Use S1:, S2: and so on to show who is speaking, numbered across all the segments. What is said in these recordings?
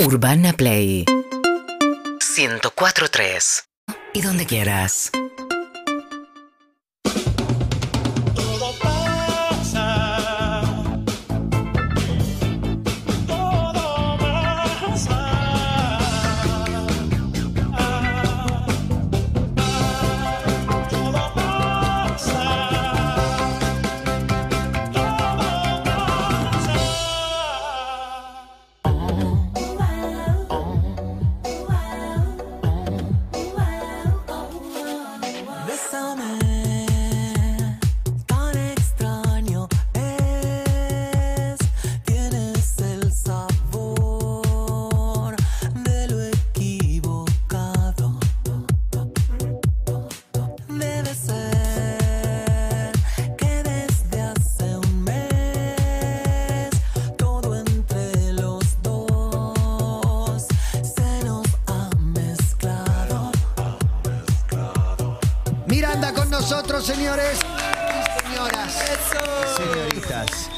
S1: Urbana Play 104.3 Y donde quieras
S2: Todo pasa, todo pasa. Ah, ah, todo pasa, todo pasa.
S3: Bésame, tan extraño es. Tienes el sabor de lo equivocado. Debe ser que desde hace un mes todo entre los dos se nos ha mezclado.
S4: Miranda con nosotros, señores y señoras. Señoritas.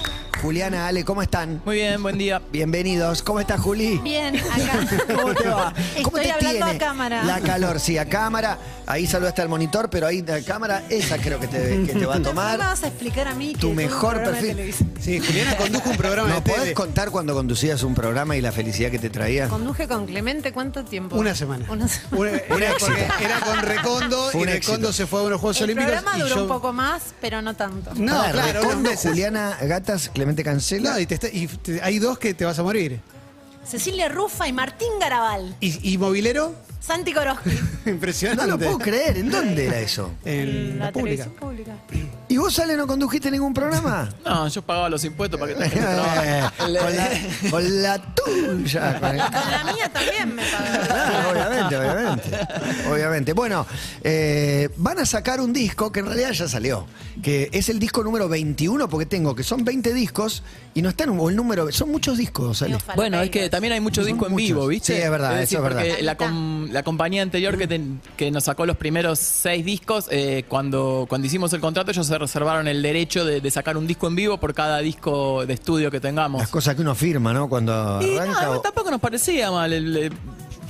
S4: Juliana, Ale, ¿cómo están?
S5: Muy bien, buen día.
S4: Bienvenidos. ¿Cómo estás, Juli?
S6: Bien, acá.
S4: ¿Cómo te va? ¿Cómo
S6: Estoy
S4: te
S6: hablando a cámara.
S4: La calor, sí, a cámara. Ahí saludaste al monitor, pero ahí la cámara, esa creo que te, que te va a
S6: ¿Me
S4: tomar.
S6: vas a explicar a mí que
S4: Tu
S6: tengo un
S4: mejor
S6: programa de
S4: perfil.
S6: televisión?
S4: Sí,
S7: Juliana condujo un programa
S4: ¿Nos
S7: de
S4: podés
S7: tele.
S4: contar cuando conducías un programa y la felicidad que te traía?
S6: Conduje con Clemente, ¿cuánto tiempo?
S7: Una semana.
S6: Una semana.
S7: Una- era,
S4: éxito.
S7: con, era con Recondo
S4: Fue
S7: y
S4: un éxito.
S7: Recondo se fue a unos Juegos
S6: El
S7: Olímpicos.
S6: programa
S7: y
S6: duró
S7: yo-
S6: un poco más, pero no tanto.
S7: No,
S4: Pará,
S7: claro,
S4: Recondo,
S7: unas veces.
S4: Juliana Gatas, Clemente Cancela.
S7: No, y, te está- y te- hay dos que te vas a morir.
S6: Cecilia Rufa y Martín Garabal.
S7: ¿Y, y Movilero?
S6: Santi Koroski.
S7: Impresionante.
S4: no lo puedo creer. ¿En dónde era eso?
S7: En la, pública.
S6: televisión pública.
S4: ¿Y vos, Ale, no condujiste ningún programa?
S5: No, yo pagaba los impuestos para que te
S4: Eh, con, la, con la tuya. con el-
S6: Con Ah, la mía también me
S4: Claro,
S6: pagaron.
S4: obviamente, obviamente. Obviamente. Bueno, eh, van a sacar un disco que en realidad ya salió. Que es el disco número 21, porque tengo que son 20 discos y no están. O el número. Son muchos discos, Ale.
S5: Bueno, es que también hay mucho disco en
S4: muchos.
S5: vivo, ¿viste?
S4: Sí, es verdad,
S5: decir,
S4: eso es
S5: porque
S4: verdad.
S5: La, com- la compañía anterior que, ten- que nos sacó los primeros seis discos, eh, cuando, cuando hicimos el contrato, ellos se reservaron el derecho de, de sacar un disco en vivo por cada disco de estudio que tengamos.
S4: Las cosas que uno firma, ¿no? Cuando
S5: Y
S4: arranca.
S5: no,
S4: o-
S5: tampoco nos parecía mal. el- el-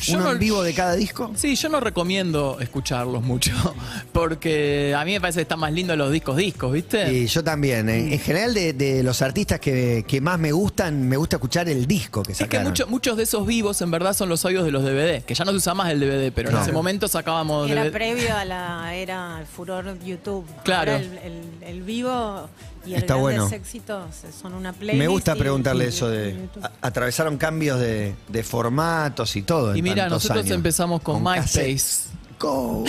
S5: yo
S4: uno
S5: no-
S4: en vivo de cada disco.
S5: Sí, yo no recomiendo escucharlos mucho, porque a mí me parece que están más lindos los discos discos, ¿viste?
S4: Y yo también. En, en general, de, de los artistas que, que más me gustan, me gusta escuchar el disco que
S5: Es que
S4: sacaron.
S5: mucho- muchos de esos vivos en verdad son los audios de los DVD, que ya no se usa más el DVD, pero
S4: No.
S5: en ese momento sacábamos
S6: Era
S5: DVD.
S6: previo a la era al furor YouTube.
S5: Claro.
S6: Ahora el, el- el vivo y el
S4: Está
S6: grandes
S4: bueno.
S6: éxitos son una playlist.
S4: Me gusta
S6: y-
S4: preguntarle
S6: y-
S4: eso
S6: y
S4: de.
S6: YouTube.
S4: a- atravesaron cambios de, de formatos y todo. en
S5: Y mira,
S4: tantos
S5: nosotros
S4: años.
S5: empezamos con MySpace.
S4: cassette. Go.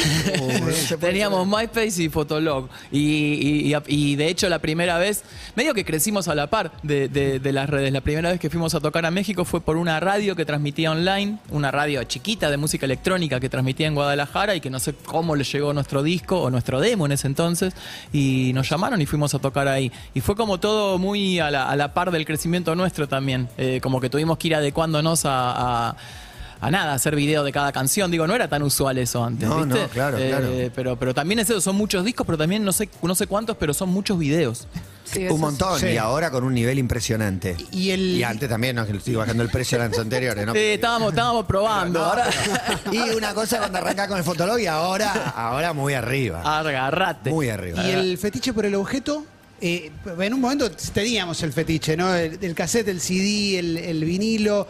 S4: Se puede
S5: Teníamos MySpace y Fotolog. Y, y- y- y de hecho, la primera vez, medio que crecimos a la par de, de- de las redes. La primera vez que fuimos a tocar a México fue por una radio que transmitía online, una radio chiquita de música electrónica que transmitía en Guadalajara y que no sé cómo le llegó nuestro disco o nuestro demo en ese entonces. Y nos llamaron y fuimos a tocar ahí. Y fue como todo muy a la, a la par del crecimiento nuestro también. Eh, como que tuvimos que ir adecuándonos a. a- a nada, hacer video de cada canción. Digo, no era tan usual eso antes.
S4: No,
S5: ¿viste? Eh,
S4: no, claro, claro.
S5: Pero, pero también es eso, son muchos discos, pero también no sé, no sé cuántos, pero son muchos videos. Eh,
S6: Sí,
S4: Un
S6: eso
S4: montón,
S7: sí.
S4: y ahora con un nivel impresionante.
S7: Y el-
S4: Y antes también, no, que le estoy bajando el precio de los anteriores, ¿no?
S5: Eh, estábamos, estábamos probando. Ahora
S4: Y una cosa cuando arranca con el fotolog y ahora, ahora muy arriba.
S5: Ah, agarrate.
S4: Muy arriba.
S7: Y el fetiche por el objeto. eh, en un momento teníamos el fetiche, ¿no? El, el cassette, el CD, el, el vinilo.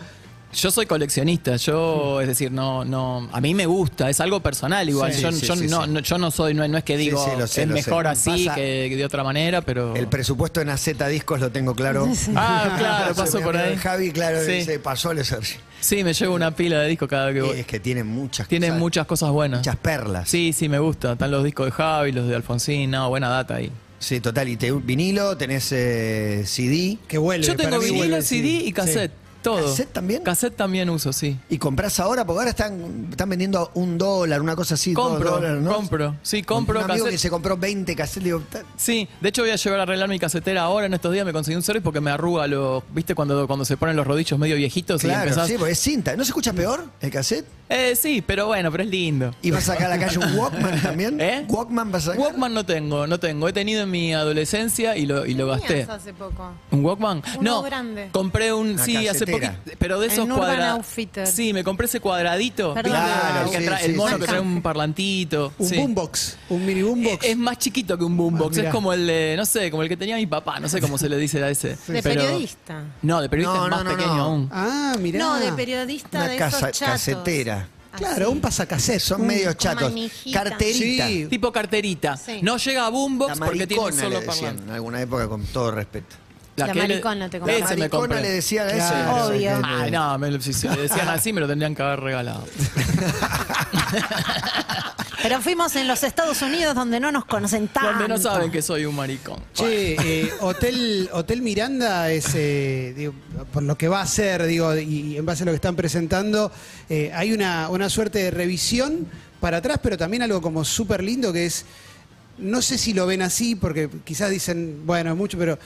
S5: Yo soy coleccionista, yo, es decir, no, no, a mí me gusta, es algo personal igual.
S4: Sí,
S5: yo,
S4: sí,
S5: yo
S4: sí,
S5: no,
S4: sí.
S5: no- yo no soy, no, no es que
S4: Sí,
S5: digo
S4: sí, lo sé,
S5: es
S4: lo
S5: mejor
S4: sé.
S5: así
S4: Pasa-
S5: que, que de otra manera, pero.
S4: El presupuesto en AZ Discos lo tengo claro.
S5: Ah, claro, pasó
S4: Mi
S5: por
S4: amigo
S5: ahí.
S4: Javi, claro,
S5: Sí.
S4: se pasó el Sergio.
S5: Sí, me llevo una pila de discos cada vez que
S4: Y Es
S5: voy.
S4: que tiene muchas
S5: Tienen
S4: cosas,
S5: muchas cosas buenas.
S4: Eh, muchas perlas.
S5: Sí, sí, me gusta. Están los discos de Javi, los de Alfonsín, no, buena data ahí.
S4: Sí, total. Y te, vinilo, tenés eh, CD.
S7: Que vuelve.
S5: Yo
S7: para
S5: tengo
S7: mí
S5: vinilo,
S7: vuelve,
S5: CD y cassette.
S7: Sí.
S5: Todo.
S4: ¿Cassette también?
S5: Cassette también uso, sí.
S4: Y compras ahora, porque ahora están, están vendiendo un dólar, una cosa así. dos
S5: Compro,
S4: dólares, ¿no?
S5: compro. Sí, compro
S4: Un amigo
S5: cassette.
S4: que se compró 20 cassettes. Digo, ta-
S5: Sí, de hecho voy a llevar a arreglar mi casetera ahora en estos días. Me conseguí un service porque me arruga los. ¿Viste cuando, cuando se ponen los rodillos medio viejitos y
S4: claro,
S5: empezás?
S4: sí, porque es cinta. ¿No se escucha peor el cassette?
S5: Eh, sí, pero bueno, pero es lindo.
S4: ¿Y vas a sacar a la calle un Walkman también?
S5: ¿Eh?
S4: ¿Walkman vas a sacar?
S5: Walkman no tengo, no tengo. He tenido en mi adolescencia y lo, y lo
S6: Tenías
S5: gasté.
S6: hace poco.
S5: ¿Un Walkman?
S6: Uno
S5: no,
S6: grande.
S5: compré un.
S4: Una
S5: sí, hace
S4: casetera. era?
S5: poquit- pero de
S8: En
S5: esos
S8: Urban
S5: cuadrados.
S8: Outfitter.
S5: Sí, me compré ese cuadradito.
S8: Perdón.
S5: ¿viste?
S4: Claro,
S5: El que
S4: sí,
S5: trae-
S4: sí,
S5: el mono
S4: sí,
S5: que
S4: sí.
S5: trae un parlantito.
S7: Un
S5: sí.
S7: boombox, un mini boombox.
S6: Eh,
S5: Es más chiquito que un boombox,
S7: Ah, mirá.
S5: es como el, de- no sé, como el que tenía mi papá, no sé cómo se le dice a ese.
S6: De
S5: Pero-
S6: periodista.
S5: No, de periodista
S4: No,
S5: es
S4: no,
S5: más
S4: no, no.
S5: pequeño aún.
S7: Ah, mirá.
S6: No, de periodista
S4: Una
S6: de
S4: casa-
S6: esos chatos. Ah,
S4: casetera.
S6: Así.
S7: Claro, un pasacaset.
S4: Son
S7: Un-
S4: medios chatos.
S6: manijita.
S4: Carterita.
S7: Sí.
S5: Tipo carterita.
S6: Sí.
S5: No llega a
S4: La
S5: boombox porque tiene un
S4: maricona
S5: solo
S4: le decían
S5: parlante.
S4: en alguna época, con todo respeto.
S6: La
S5: que él-
S6: maricona te
S5: ese
S6: compré.
S5: me
S6: La
S4: maricona
S5: compré.
S4: le decían a ese.
S7: Claro.
S6: Obvio.
S5: Ay, no, me, lo- si se le decían así me lo tendrían que haber regalado.
S6: Pero fuimos en los Estados Unidos donde no nos conocen tanto.
S5: Donde no saben que soy un maricón.
S7: Che, eh, Hotel, Hotel Miranda es, eh, digo, por lo que va a ser, digo, y en base a lo que están presentando, eh, hay una, una suerte de revisión para atrás, pero también algo como súper lindo que es, no sé si lo ven así, porque quizás dicen, bueno, es mucho, pero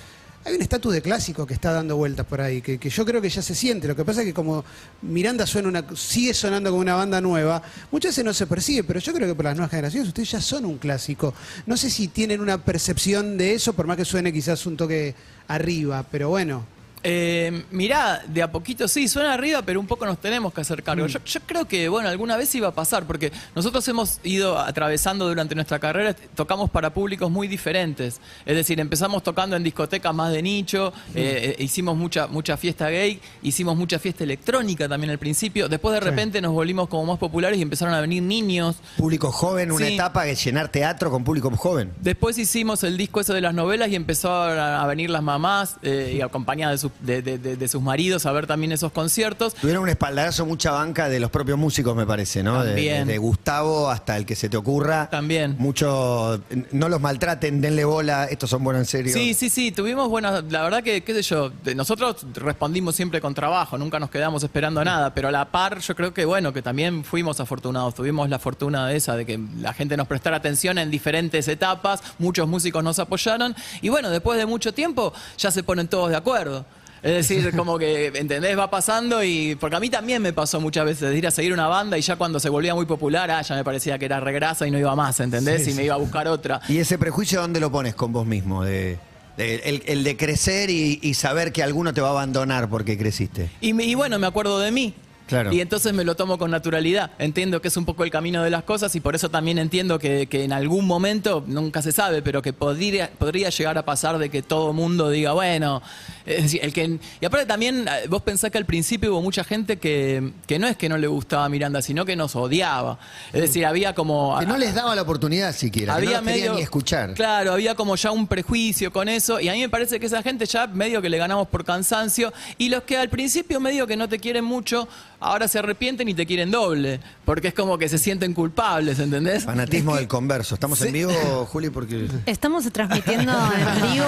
S7: hay un estatus de clásico que está dando vueltas por ahí, que, que yo creo que ya se siente. Lo que pasa es que como Miranda suena una, sigue sonando como una banda nueva, muchas veces no se percibe, pero yo creo que por las nuevas generaciones ustedes ya son un clásico. No sé si tienen una percepción de eso, por más que suene quizás un toque arriba, pero bueno.
S5: Eh, mirá, de a poquito sí, suena arriba, pero un poco nos tenemos que hacer cargo. Yo, yo creo que, bueno, alguna vez iba a pasar, porque nosotros hemos ido atravesando durante nuestra carrera, tocamos para públicos muy diferentes. Es decir, empezamos tocando en discotecas más de nicho, eh, eh, hicimos mucha, mucha fiesta gay, hicimos mucha fiesta electrónica también al principio. Después de repente nos volvimos como más populares y empezaron a venir niños,
S4: Público joven, una
S5: Sí.
S4: etapa que llenar teatro con público joven.
S5: Después hicimos el disco ese de las novelas y empezó a, a venir las mamás eh, y acompañadas de, sus- de- de- de- de sus maridos a ver también esos conciertos.
S4: Tuvieron un espaldarazo mucha banca de los propios músicos, me parece, ¿no? De-
S5: También.
S4: Desde Gustavo hasta el que se te ocurra.
S5: También.
S4: Mucho, no los maltraten, denle bola, estos son buenos en serio.
S5: Sí, sí, sí, tuvimos, bueno, la verdad que, qué sé yo, de- nosotros respondimos siempre con trabajo, nunca nos quedamos esperando nada, pero a la par yo creo que, bueno, que también fuimos afortunados, tuvimos la fortuna de esa, de que la gente nos prestara atención en diferentes etapas, muchos músicos nos apoyaron y bueno, después de mucho tiempo ya se ponen todos de acuerdo. Es decir, como que, ¿entendés? Va pasando y. Porque a mí también me pasó muchas veces de ir a seguir una banda y ya cuando se volvía muy popular, ah, ya me parecía que era regrasa y no iba más, ¿entendés? y me iba a buscar otra.
S4: ¿Y ese prejuicio dónde lo pones con vos mismo? De, de- el, el de crecer y, y saber que alguno te va a abandonar porque creciste.
S5: Y, me- y bueno, me acuerdo de mí.
S4: Claro.
S5: Y entonces me lo tomo con naturalidad. Entiendo que es un poco el camino de las cosas y por eso también entiendo que, que en algún momento, nunca se sabe, pero que podría, podría llegar a pasar de que todo mundo diga, bueno, es decir, el que... Y aparte también, eh, vos pensás que al principio hubo mucha gente que, que no es que no le gustaba a Miranda, sino que nos odiaba. Es decir, había como...
S4: Que no les daba la oportunidad siquiera, que no los querían ni escuchar.
S5: Claro, había como ya un prejuicio con eso. Y a mí me parece que esa gente ya medio que le ganamos por cansancio. Y los que al principio medio que no te quieren mucho, ahora se arrepienten y te quieren doble. Porque es como que se sienten culpables, ¿entendés?
S4: Fanatismo del converso. ¿Estamos en vivo, Juli? Porque...
S8: Estamos transmitiendo en vivo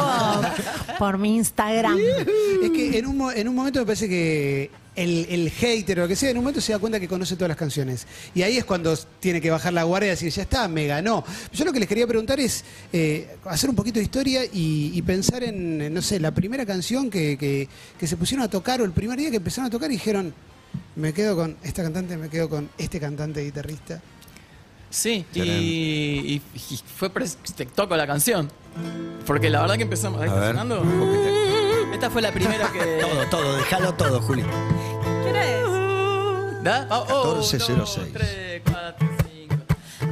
S8: por mi Instagram.
S7: Es que en un, mo- en un momento me parece que el, el hater o lo que sea, en un momento se da cuenta que conoce todas las canciones. Y ahí es cuando tiene que bajar la guardia y decir, ya está, me ganó. Yo lo que les quería preguntar es eh, hacer un poquito de historia y, y pensar en, no sé, la primera canción que, que- que se pusieron a tocar o el primer día que empezaron a tocar y dijeron, me quedo con esta cantante, me quedo con este cantante guitarrista.
S5: Sí, y, y- y fue pres- te toco la canción. Porque la verdad que empezamos. ¿Ahí
S4: A
S5: está
S4: ver.
S5: sonando? Esta fue la primera que.
S4: Todo, todo, déjalo todo, Juli.
S5: ¿Da? Ah, oh,
S4: 14.06.
S5: dos, tres, cuatro, cinco.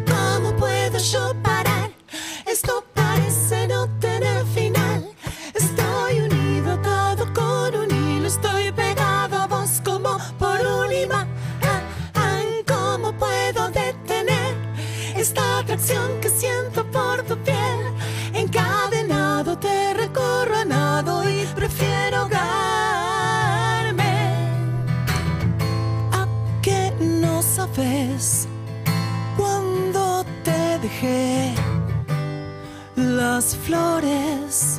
S3: ¿Cómo puedo yo parar? Esto parece no tener final. Estoy unido a todo con un hilo. Estoy pegado a vos como por un imán. ¿Cómo puedo detener esta atracción que siento por tu piel? Encadenado te recorro a nado y prefiero ahogarme a que no sabes cuando te dejé las flores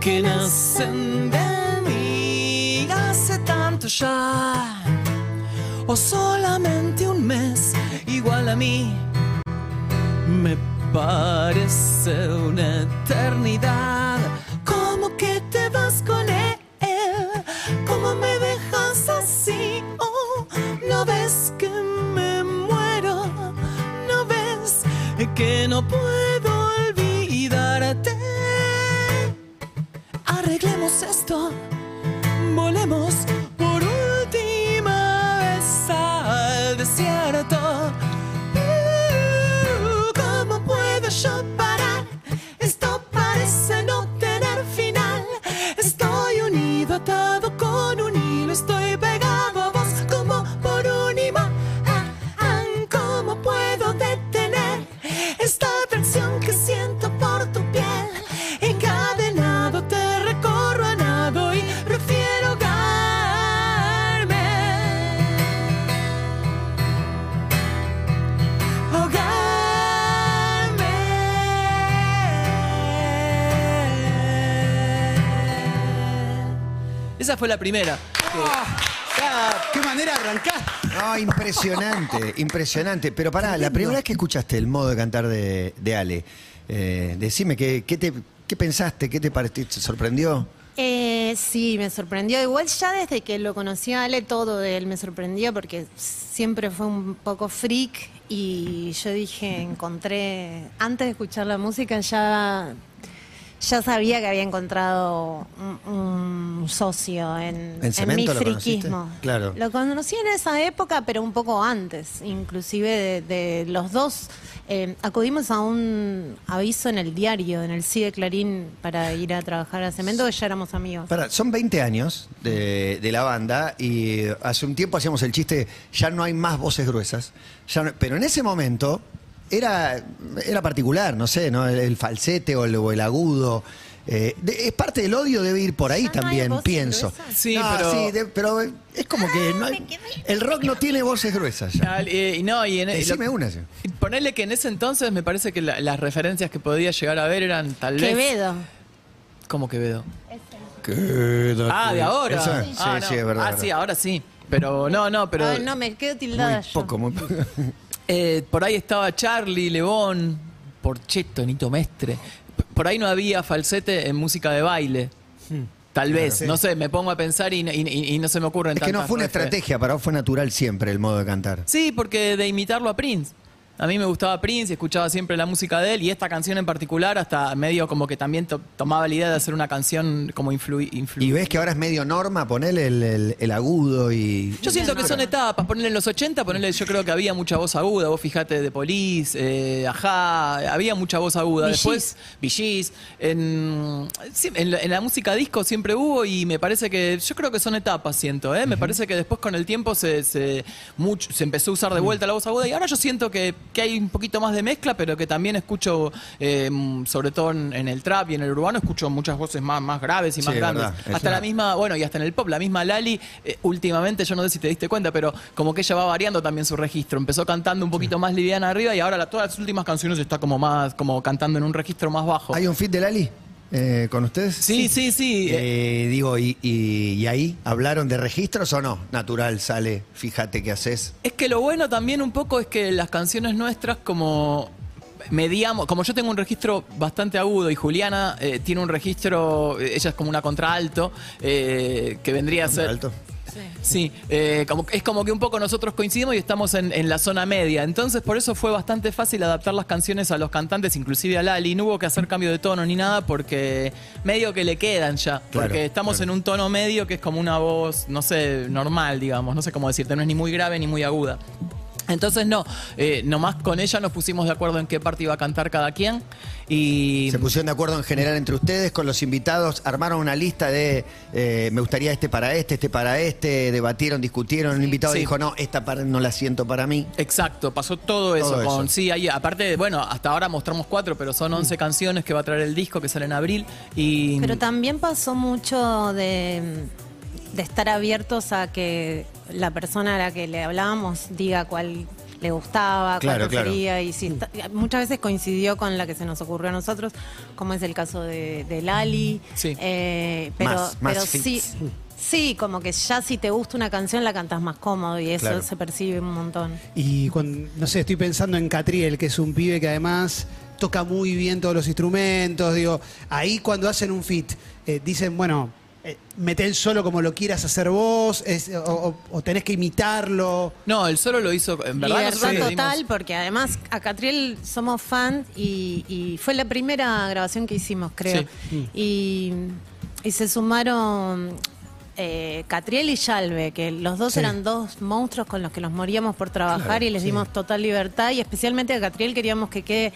S3: que nacen de mí hace tanto ya o solamente un mes igual a mí me parece una eternidad como que te vas con él como me dejas así oh no ves que me muero no ves que no puedo olvidarte arreglemos esto volemos desierto. Uh, ¿Cómo puedo yo parar? Esto parece no tener final. Estoy unido, atado con un hilo, estoy pegado a vos como por un imán. ¿Cómo puedo detener esta atracción que siento por tu piel? Encadenado te recorro a nado y prefiero ahogarme. Ahogarme.
S5: Esa fue la primera.
S7: Ah, ¡Qué manera de arrancar!
S4: No, impresionante, impresionante. Pero pará, la primera vez que escuchaste el modo de cantar de, de Ale, eh, decime, ¿qué, qué, te, ¿qué pensaste? ¿Qué te pareció? ¿Te sorprendió?
S8: Eh, sí, me sorprendió. Igual ya desde que lo conocí a Ale, todo de él me sorprendió porque siempre fue un poco freak y yo dije, encontré, antes de escuchar la música ya, ya sabía que había encontrado un, un socio en,
S4: ¿En Cemento
S8: mi
S4: lo conociste?
S8: friquismo.
S4: Claro.
S8: Lo conocí en esa época, pero un poco antes, inclusive de, de los dos. Eh, acudimos a un aviso en el diario, en el CIDE E Clarín, para ir a trabajar a Cemento, que ya éramos amigos.
S4: Pará, son 20 años de, de la banda y hace un tiempo hacíamos el chiste, ya no hay más voces gruesas. ya no- pero en ese momento era, era particular, no sé, ¿no? El, el falsete o el, o el agudo. eh, de- es parte del odio debe ir por ahí
S8: ¿Ya Ah, no hay
S4: también,
S8: voces
S4: pienso.
S8: gruesas?
S5: Sí,
S4: No,
S5: pero-
S4: sí, de- pero es como que no hay- el rock no tiene voces gruesas ya.
S5: Tal, eh, y no, y en,
S4: Decime
S5: lo-
S4: una, sí.
S5: Ponele que en ese entonces me parece que la- las referencias que podía llegar a ver eran tal vez.
S8: Quevedo.
S5: ¿Cómo Quevedo? Ah, de ahora.
S4: Eso, sí,
S5: Ah, no.
S4: sí, es verdad.
S5: Ah,
S4: verdad.
S5: sí, ahora sí. Pero no, no, pero.
S8: Ay, Ah, no, me quedo tildada
S4: Muy
S8: yo.
S4: poco, muy poco.
S5: Eh, por ahí estaba Charlie, Lebón, Porcheto, Nito Mestre. P- Por ahí no había falsete en música de baile.
S4: Hmm.
S5: Tal vez, no sé, me pongo a pensar y, no- y- y- y no se me ocurren
S4: Es que no
S5: tantas
S4: fue una
S5: referencias.
S4: estrategia, para vos fue natural siempre el modo de cantar.
S5: Sí, porque de imitarlo a Prince. A mí me gustaba Prince y escuchaba siempre la música de él y esta canción en particular hasta medio como que también to- tomaba la idea de hacer una canción como influ influ-
S4: Y ves que ahora es medio norma ponerle el, el- el agudo y.
S5: Yo siento que son etapas, ponerle en los 80, ponerle, yo creo que había mucha voz aguda, vos fijate de Police, eh, ajá, había mucha voz aguda.
S8: Bee
S5: Después, Villis, en, sí, en, la- en la música disco siempre hubo y me parece que, yo creo que son etapas, siento, ¿eh? me parece que después con el tiempo se, se, mucho, se empezó a usar
S4: Mm.
S5: de vuelta la voz aguda y ahora yo siento que, que hay un poquito más de mezcla, pero que también escucho, eh, sobre todo en, en el trap y en el urbano, escucho muchas voces más, más graves y más
S4: Sí,
S5: grandes.
S4: verdad, es
S5: Hasta la
S4: verdad.
S5: misma misma, bueno, y hasta en el pop, la misma Lali, eh, últimamente, yo no sé si te diste cuenta, pero como que ella va variando también su registro. Empezó cantando un poquito más liviana arriba y ahora la- todas las últimas canciones está como más, como cantando en un registro más bajo.
S4: ¿Hay un fit de Lali eh, con ustedes?
S5: Sí, sí, sí. eh,
S4: Eh, digo, y, y- y ahí hablaron de registros o no? Natural, sale, fíjate qué haces.
S5: Es que lo bueno también un poco es que las canciones nuestras como mediamos, como yo tengo un registro bastante agudo y Juliana eh, tiene un registro, eh, ella es como una contraalto, eh, que vendría a ser...
S4: Alto.
S5: Sí, eh, como, es como que un poco nosotros coincidimos y estamos en, en la zona media. Entonces, por eso fue bastante fácil adaptar las canciones a los cantantes, inclusive a Lali. No hubo que hacer cambio de tono ni nada porque medio que le quedan ya.
S4: Claro,
S5: porque estamos
S4: claro.
S5: en un tono medio que es como una voz, no sé, normal, digamos. No sé cómo decirte, no es ni muy grave ni muy aguda. Entonces, no, eh, nomás con ella nos pusimos de acuerdo en qué parte iba a cantar cada quien. Y
S4: Se pusieron de acuerdo en general entre ustedes, con los invitados, armaron una lista de eh, me gustaría este para este, este para este, debatieron, discutieron, el invitado
S5: sí.
S4: dijo, no, esta par- no la siento para mí.
S5: Exacto, pasó todo eso,
S4: Todo eso.
S5: con sí, ahí aparte, bueno, hasta ahora mostramos cuatro, pero son 11 canciones que va a traer el disco que sale en abril y
S8: Pero también pasó mucho de, de estar abiertos a que la persona a la que le hablábamos diga cuál le gustaba,
S4: Claro,
S8: cuál
S4: claro.
S8: prefería. Y si está- muchas veces coincidió con la que se nos ocurrió a nosotros, como es el caso de, de Lali.
S5: Sí.
S8: Eh, pero
S4: Más- más
S8: pero
S4: fits.
S8: sí, sí, como que ya si te gusta una canción la cantas más cómodo y eso
S4: Claro.
S8: se percibe un montón.
S7: Y cuando, no sé, estoy pensando en Catriel, que es un pibe que además toca muy bien todos los instrumentos. Digo, ahí cuando hacen un fit, eh, dicen, bueno, eh, mete el solo como lo quieras hacer vos, es- o, o- o tenés que imitarlo.
S5: no, el solo lo hizo en verdad
S8: Libertad
S5: nosotros le dimos-
S8: total, porque además a Catriel somos fan y, y fue la
S4: Mm.
S8: primera grabación que hicimos, creo. Y, y se sumaron eh, Catriel y Yalbe, que los dos eran dos monstruos con los que nos moríamos por trabajar y les dimos total libertad. Y especialmente a Catriel queríamos que quede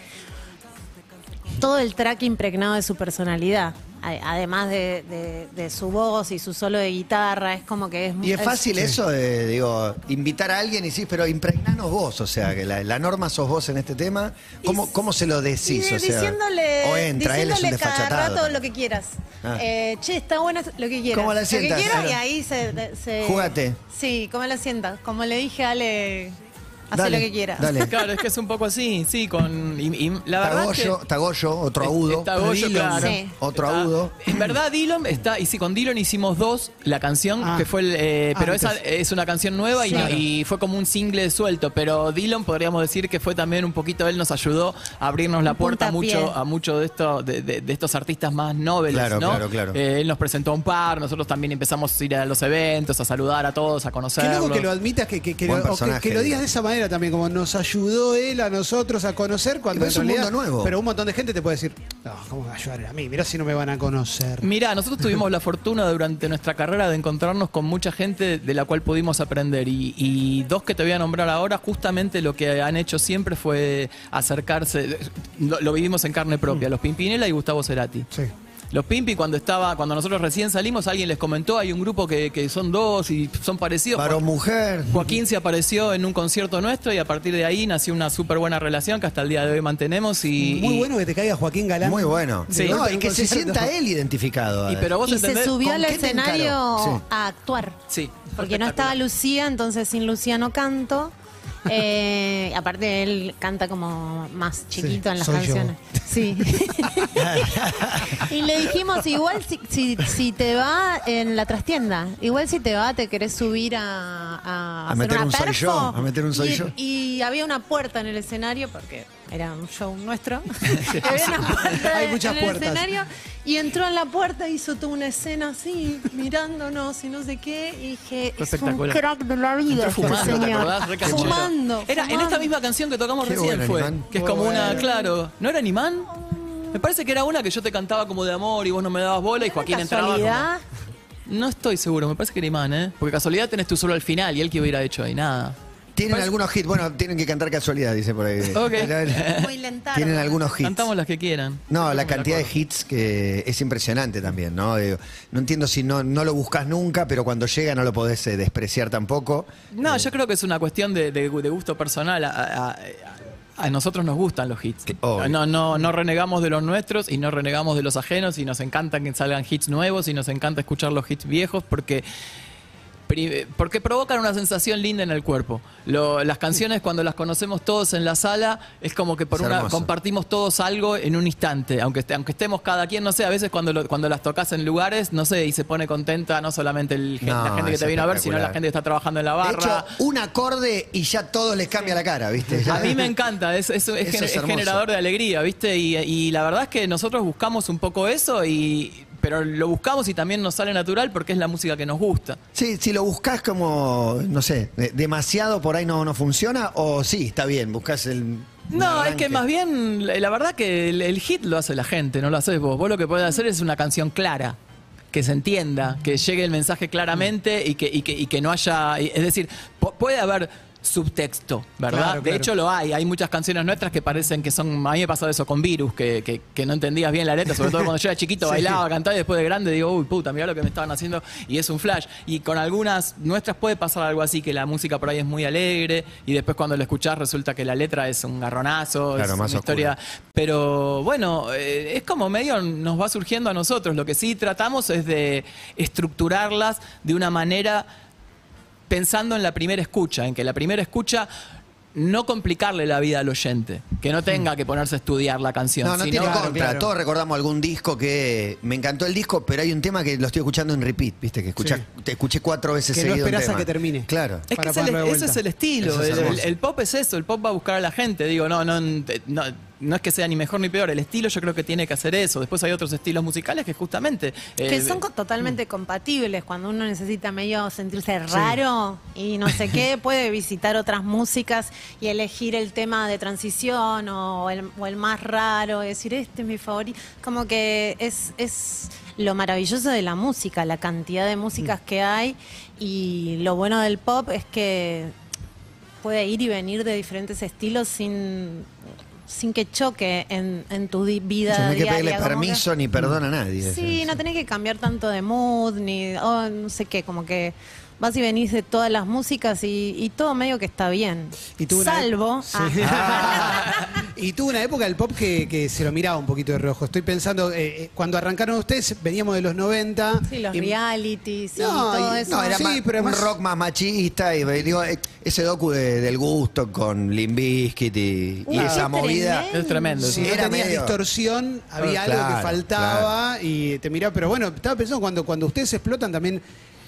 S8: todo el track impregnado de su personalidad. A- Además de, de- de su voz y su solo de guitarra, es como que es
S4: Y es fácil eso de, digo, invitar a alguien y decís, pero impregnanos vos, o sea, que la, la norma sos vos en este tema. ¿Cómo, cómo se lo
S8: Sí,
S4: decís? O sea,
S8: diciéndole,
S4: o entra, él es un
S8: diciéndole cada
S4: desfachatado.
S8: rato lo que quieras.
S4: Ah.
S8: Eh, che, está bueno lo que quieras.
S4: Como la
S8: Lo
S4: sientas,
S8: que quieras
S4: claro.
S8: y ahí se, se-
S4: Jugate.
S8: Sí, como la sientas. Como le dije a Ale, hace
S4: Dale,
S8: lo que quieras.
S4: Dale.
S5: Claro, es que es un poco así, sí, con. y- y la verdad. es que-
S4: Tagollo, Tagollo, otro agudo.
S5: Está Goyo,
S7: Dillon,
S5: claro.
S8: Sí.
S4: Otro
S5: Está-
S4: agudo.
S5: En verdad, Dillon está. Y sí, con Dillon hicimos dos, la canción,
S7: Ah.
S5: que fue el. eh, pero
S7: Antes.
S5: esa es una canción nueva y,
S7: Claro.
S5: y fue como un single suelto. Pero Dillon podríamos decir que fue también un poquito. Él nos ayudó a abrirnos la
S8: Un
S5: puerta
S8: puntapié.
S5: mucho, a muchos de, esto, de, de- de estos artistas más nobles,
S4: Claro,
S5: ¿no?
S4: claro, claro.
S5: Eh, él nos presentó a un par, nosotros también empezamos a ir a los eventos, a saludar a todos, a
S7: Qué
S5: conocerlos.
S7: loco que lo admitas, que, que, que
S4: Buen
S7: lo, o que-
S4: personaje,
S7: que lo digas
S4: digo.
S7: de esa manera también, como nos ayudó él a nosotros a conocer cuando
S4: Pero es
S7: en
S4: un
S7: realidad-
S4: mundo nuevo.
S7: Pero un montón de gente te puede decir, no, ¿cómo me va a ayudar a mí? Mirá si no me van a conocer.
S5: Mirá, nosotros tuvimos la fortuna durante nuestra carrera de encontrarnos con mucha gente de la cual pudimos aprender. Y, y dos que te voy a nombrar ahora, justamente lo que han hecho siempre fue acercarse. Lo, lo vivimos en carne propia, los Pimpinela y Gustavo Cerati.
S7: Mm. Sí.
S5: Los Pimpi cuando estaba, cuando nosotros recién salimos, alguien les comentó, hay un grupo que, que son dos y son parecidos.
S4: Varón, mujer.
S5: Joaquín se apareció en un concierto nuestro y a partir de ahí nació una súper buena relación que hasta el día de hoy mantenemos y,
S7: Muy
S5: y-
S7: bueno que te caiga Joaquín Galán.
S4: Muy bueno.
S5: Sí.
S4: No, y
S7: Un
S4: que se
S7: concierto.
S4: sienta él identificado.
S5: y- pero vos
S8: Y se
S5: entendés-
S8: subió
S4: ¿con
S8: al
S4: qué te
S8: escenario
S4: encaro? Sí.
S8: a actuar.
S5: Sí.
S8: Porque no estaba Lucía, entonces sin Lucía no canto. Eh, aparte él canta como más chiquito
S7: Sí,
S8: en las
S7: soy
S8: canciones. Sí. y le dijimos, igual si, si, si te va en la trastienda, igual si te va te querés subir a,
S4: A
S8: a, hacer
S4: meter
S8: una
S4: un soy
S8: perfo".
S4: yo, a meter un soy
S8: y,
S4: yo.
S8: Y había una puerta en el escenario porque era un show nuestro. había una puerta
S7: Hay muchas
S8: en el
S7: puertas.
S8: escenario y entró en la puerta, hizo toda una escena así, mirándonos y no sé qué. Y dije,
S5: Fue
S8: es un
S5: espectacular.
S8: crack de la vida.
S5: Entró
S8: este
S5: fumando, ¿te
S8: señor".
S5: acordás? Re canchero.
S8: Fumando.
S5: Era en
S8: fumando.
S5: esta misma canción que tocamos
S4: Qué
S5: recién
S4: bueno,
S5: fue.
S4: Animán.
S5: Que es como una, claro. ¿No era Animán? Me parece que era una que yo te cantaba como de amor y vos no me dabas bola y Joaquín entraba. como-
S8: Casualidad.
S5: No estoy seguro, me parece que era Imán, ¿eh? Porque casualidad tenés tú solo al final y él que hubiera hecho ahí, nada.
S4: Tienen algunos hits. Bueno, tienen que cantar casualidad, dice por ahí.
S5: Pues- Ok.
S8: Muy lentardo.
S4: Tienen algunos hits.
S5: Cantamos las que quieran.
S4: No, la cantidad de hits que es impresionante también, ¿no? Digo, no entiendo si no, no lo buscas nunca, pero cuando llega no lo podés eh, despreciar tampoco.
S5: No, yo creo que es una cuestión de, de- de gusto personal. A, a- a- a nosotros nos gustan los hits.
S4: Que- obvio.
S5: No, no, no renegamos de los nuestros y no renegamos de los ajenos y nos encantan que salgan hits nuevos y nos encanta escuchar los hits viejos porque Pri- Porque provocan una sensación linda en el cuerpo. Lo- las canciones cuando las conocemos todos en la sala es como que por
S4: Es
S5: una,
S4: hermoso.
S5: compartimos todos algo en un instante, aunque, est- aunque estemos cada quien, no sé, a veces cuando, lo- cuando las tocas en lugares, no sé, y se pone contenta no solamente el gen- la
S4: No,
S5: gente que
S4: es
S5: te vino a ver, sino la
S4: espectacular.
S5: gente que está trabajando en la
S4: De
S5: barra.
S4: hecho, un acorde y ya todos les cambia la cara, ¿viste? Ya-
S5: A mí me encanta, es, es- es
S4: Eso
S5: gener-
S4: es
S5: es
S4: hermoso.
S5: generador de alegría, ¿viste? Y, y la verdad es que nosotros buscamos un poco eso, y, pero lo buscamos y también nos sale natural porque es la música que nos gusta.
S4: Sí, si lo buscas como, no sé, de- demasiado por ahí no, no funciona, o sí, está bien, buscas el.
S5: No, es que
S4: arranque.
S5: más bien, la la verdad que el, el hit lo hace la gente, no lo haces vos. Vos lo que podés hacer es una canción clara, que se entienda, que llegue el mensaje claramente y que, y que, y que no haya. y- Es decir, po- puede haber subtexto, ¿verdad? De
S7: Claro, claro.
S5: hecho lo hay, hay muchas canciones nuestras que parecen que son, a mí me pasó eso con Virus, que, que- que no entendías bien la letra, sobre todo cuando yo era chiquito, bailaba, cantaba y después de grande digo, uy, puta, mirá lo que me estaban haciendo y es un flash. Y con algunas nuestras puede pasar algo así, que la música por ahí es muy alegre y después cuando la escuchás resulta que la letra es un garronazo,
S4: Claro,
S5: es
S4: más
S5: una historia pero bueno, eh, es como medio nos va surgiendo a nosotros. Lo que sí tratamos es de estructurarlas de una manera pensando en la primera escucha, en que la primera escucha no complicarle la vida al oyente, que no tenga que ponerse a estudiar la canción.
S4: No, no
S5: sino-
S4: tiene
S7: claro,
S4: contra.
S7: claro.
S4: Todos recordamos algún disco que me encantó el disco, pero hay un tema que lo estoy escuchando en repeat, ¿viste? Que escuchás- te escuché cuatro veces
S7: Que no
S4: seguido. un
S7: esperás a
S4: tema.
S7: que termine.
S4: Claro.
S5: Es que
S7: para
S5: ese, es el-
S7: ponerlo de
S5: ese
S7: vuelta.
S5: es el estilo.
S4: Eso es
S5: el- el,
S4: hermoso.
S5: el pop es eso. El pop va a buscar a la gente. Digo, no, no, no, no es que sea ni mejor ni peor. El estilo yo creo que tiene que hacer eso. Después hay otros estilos musicales que justamente.
S8: Que
S5: eh,
S8: son co-
S4: Mm.
S8: totalmente compatibles. Cuando uno necesita medio sentirse raro y no sé qué, puede visitar otras músicas y elegir el tema de transición o el, o el más raro, y decir, este es mi favorito. Como que es, es lo maravilloso de la música, la cantidad de músicas
S4: Mm.
S8: que hay y lo bueno del pop es que puede ir y venir de diferentes estilos sin, sin que choque en, en tu di- vida.
S4: O sea, no hay que
S8: diaria,
S4: pedirle
S8: como que-
S4: permiso ni perdón a nadie.
S8: Sí, no tenés que cambiar tanto de mood, ni oh, no sé qué, como que vas y venís de todas las músicas y, y todo medio que está bien.
S7: Y tuvo una-
S8: Salvo.
S7: Sí.
S8: ah,
S7: y tuvo una época del pop que, que se lo miraba un poquito de rojo. Estoy pensando, eh, eh, cuando arrancaron ustedes, veníamos de los 90.
S8: sí, los
S7: y-
S8: realities y
S7: No,
S8: todo
S7: y-
S8: eso.
S4: No, era
S7: Sí,
S4: más,
S7: pero
S4: un
S7: además-
S4: rock más machista. Y eh, digo, eh, ese docu de- del gusto con Limbiskit y, y
S8: Uy, qué
S4: esa movida.
S8: tremendo.
S5: Es tremendo.
S7: Si
S5: sí.
S7: no
S4: Era
S7: tenías
S4: medio- Oh,
S7: distorsión, había
S4: Claro,
S7: algo que faltaba y te miraba. Pero bueno, estaba pensando cuando, cuando ustedes explotan también.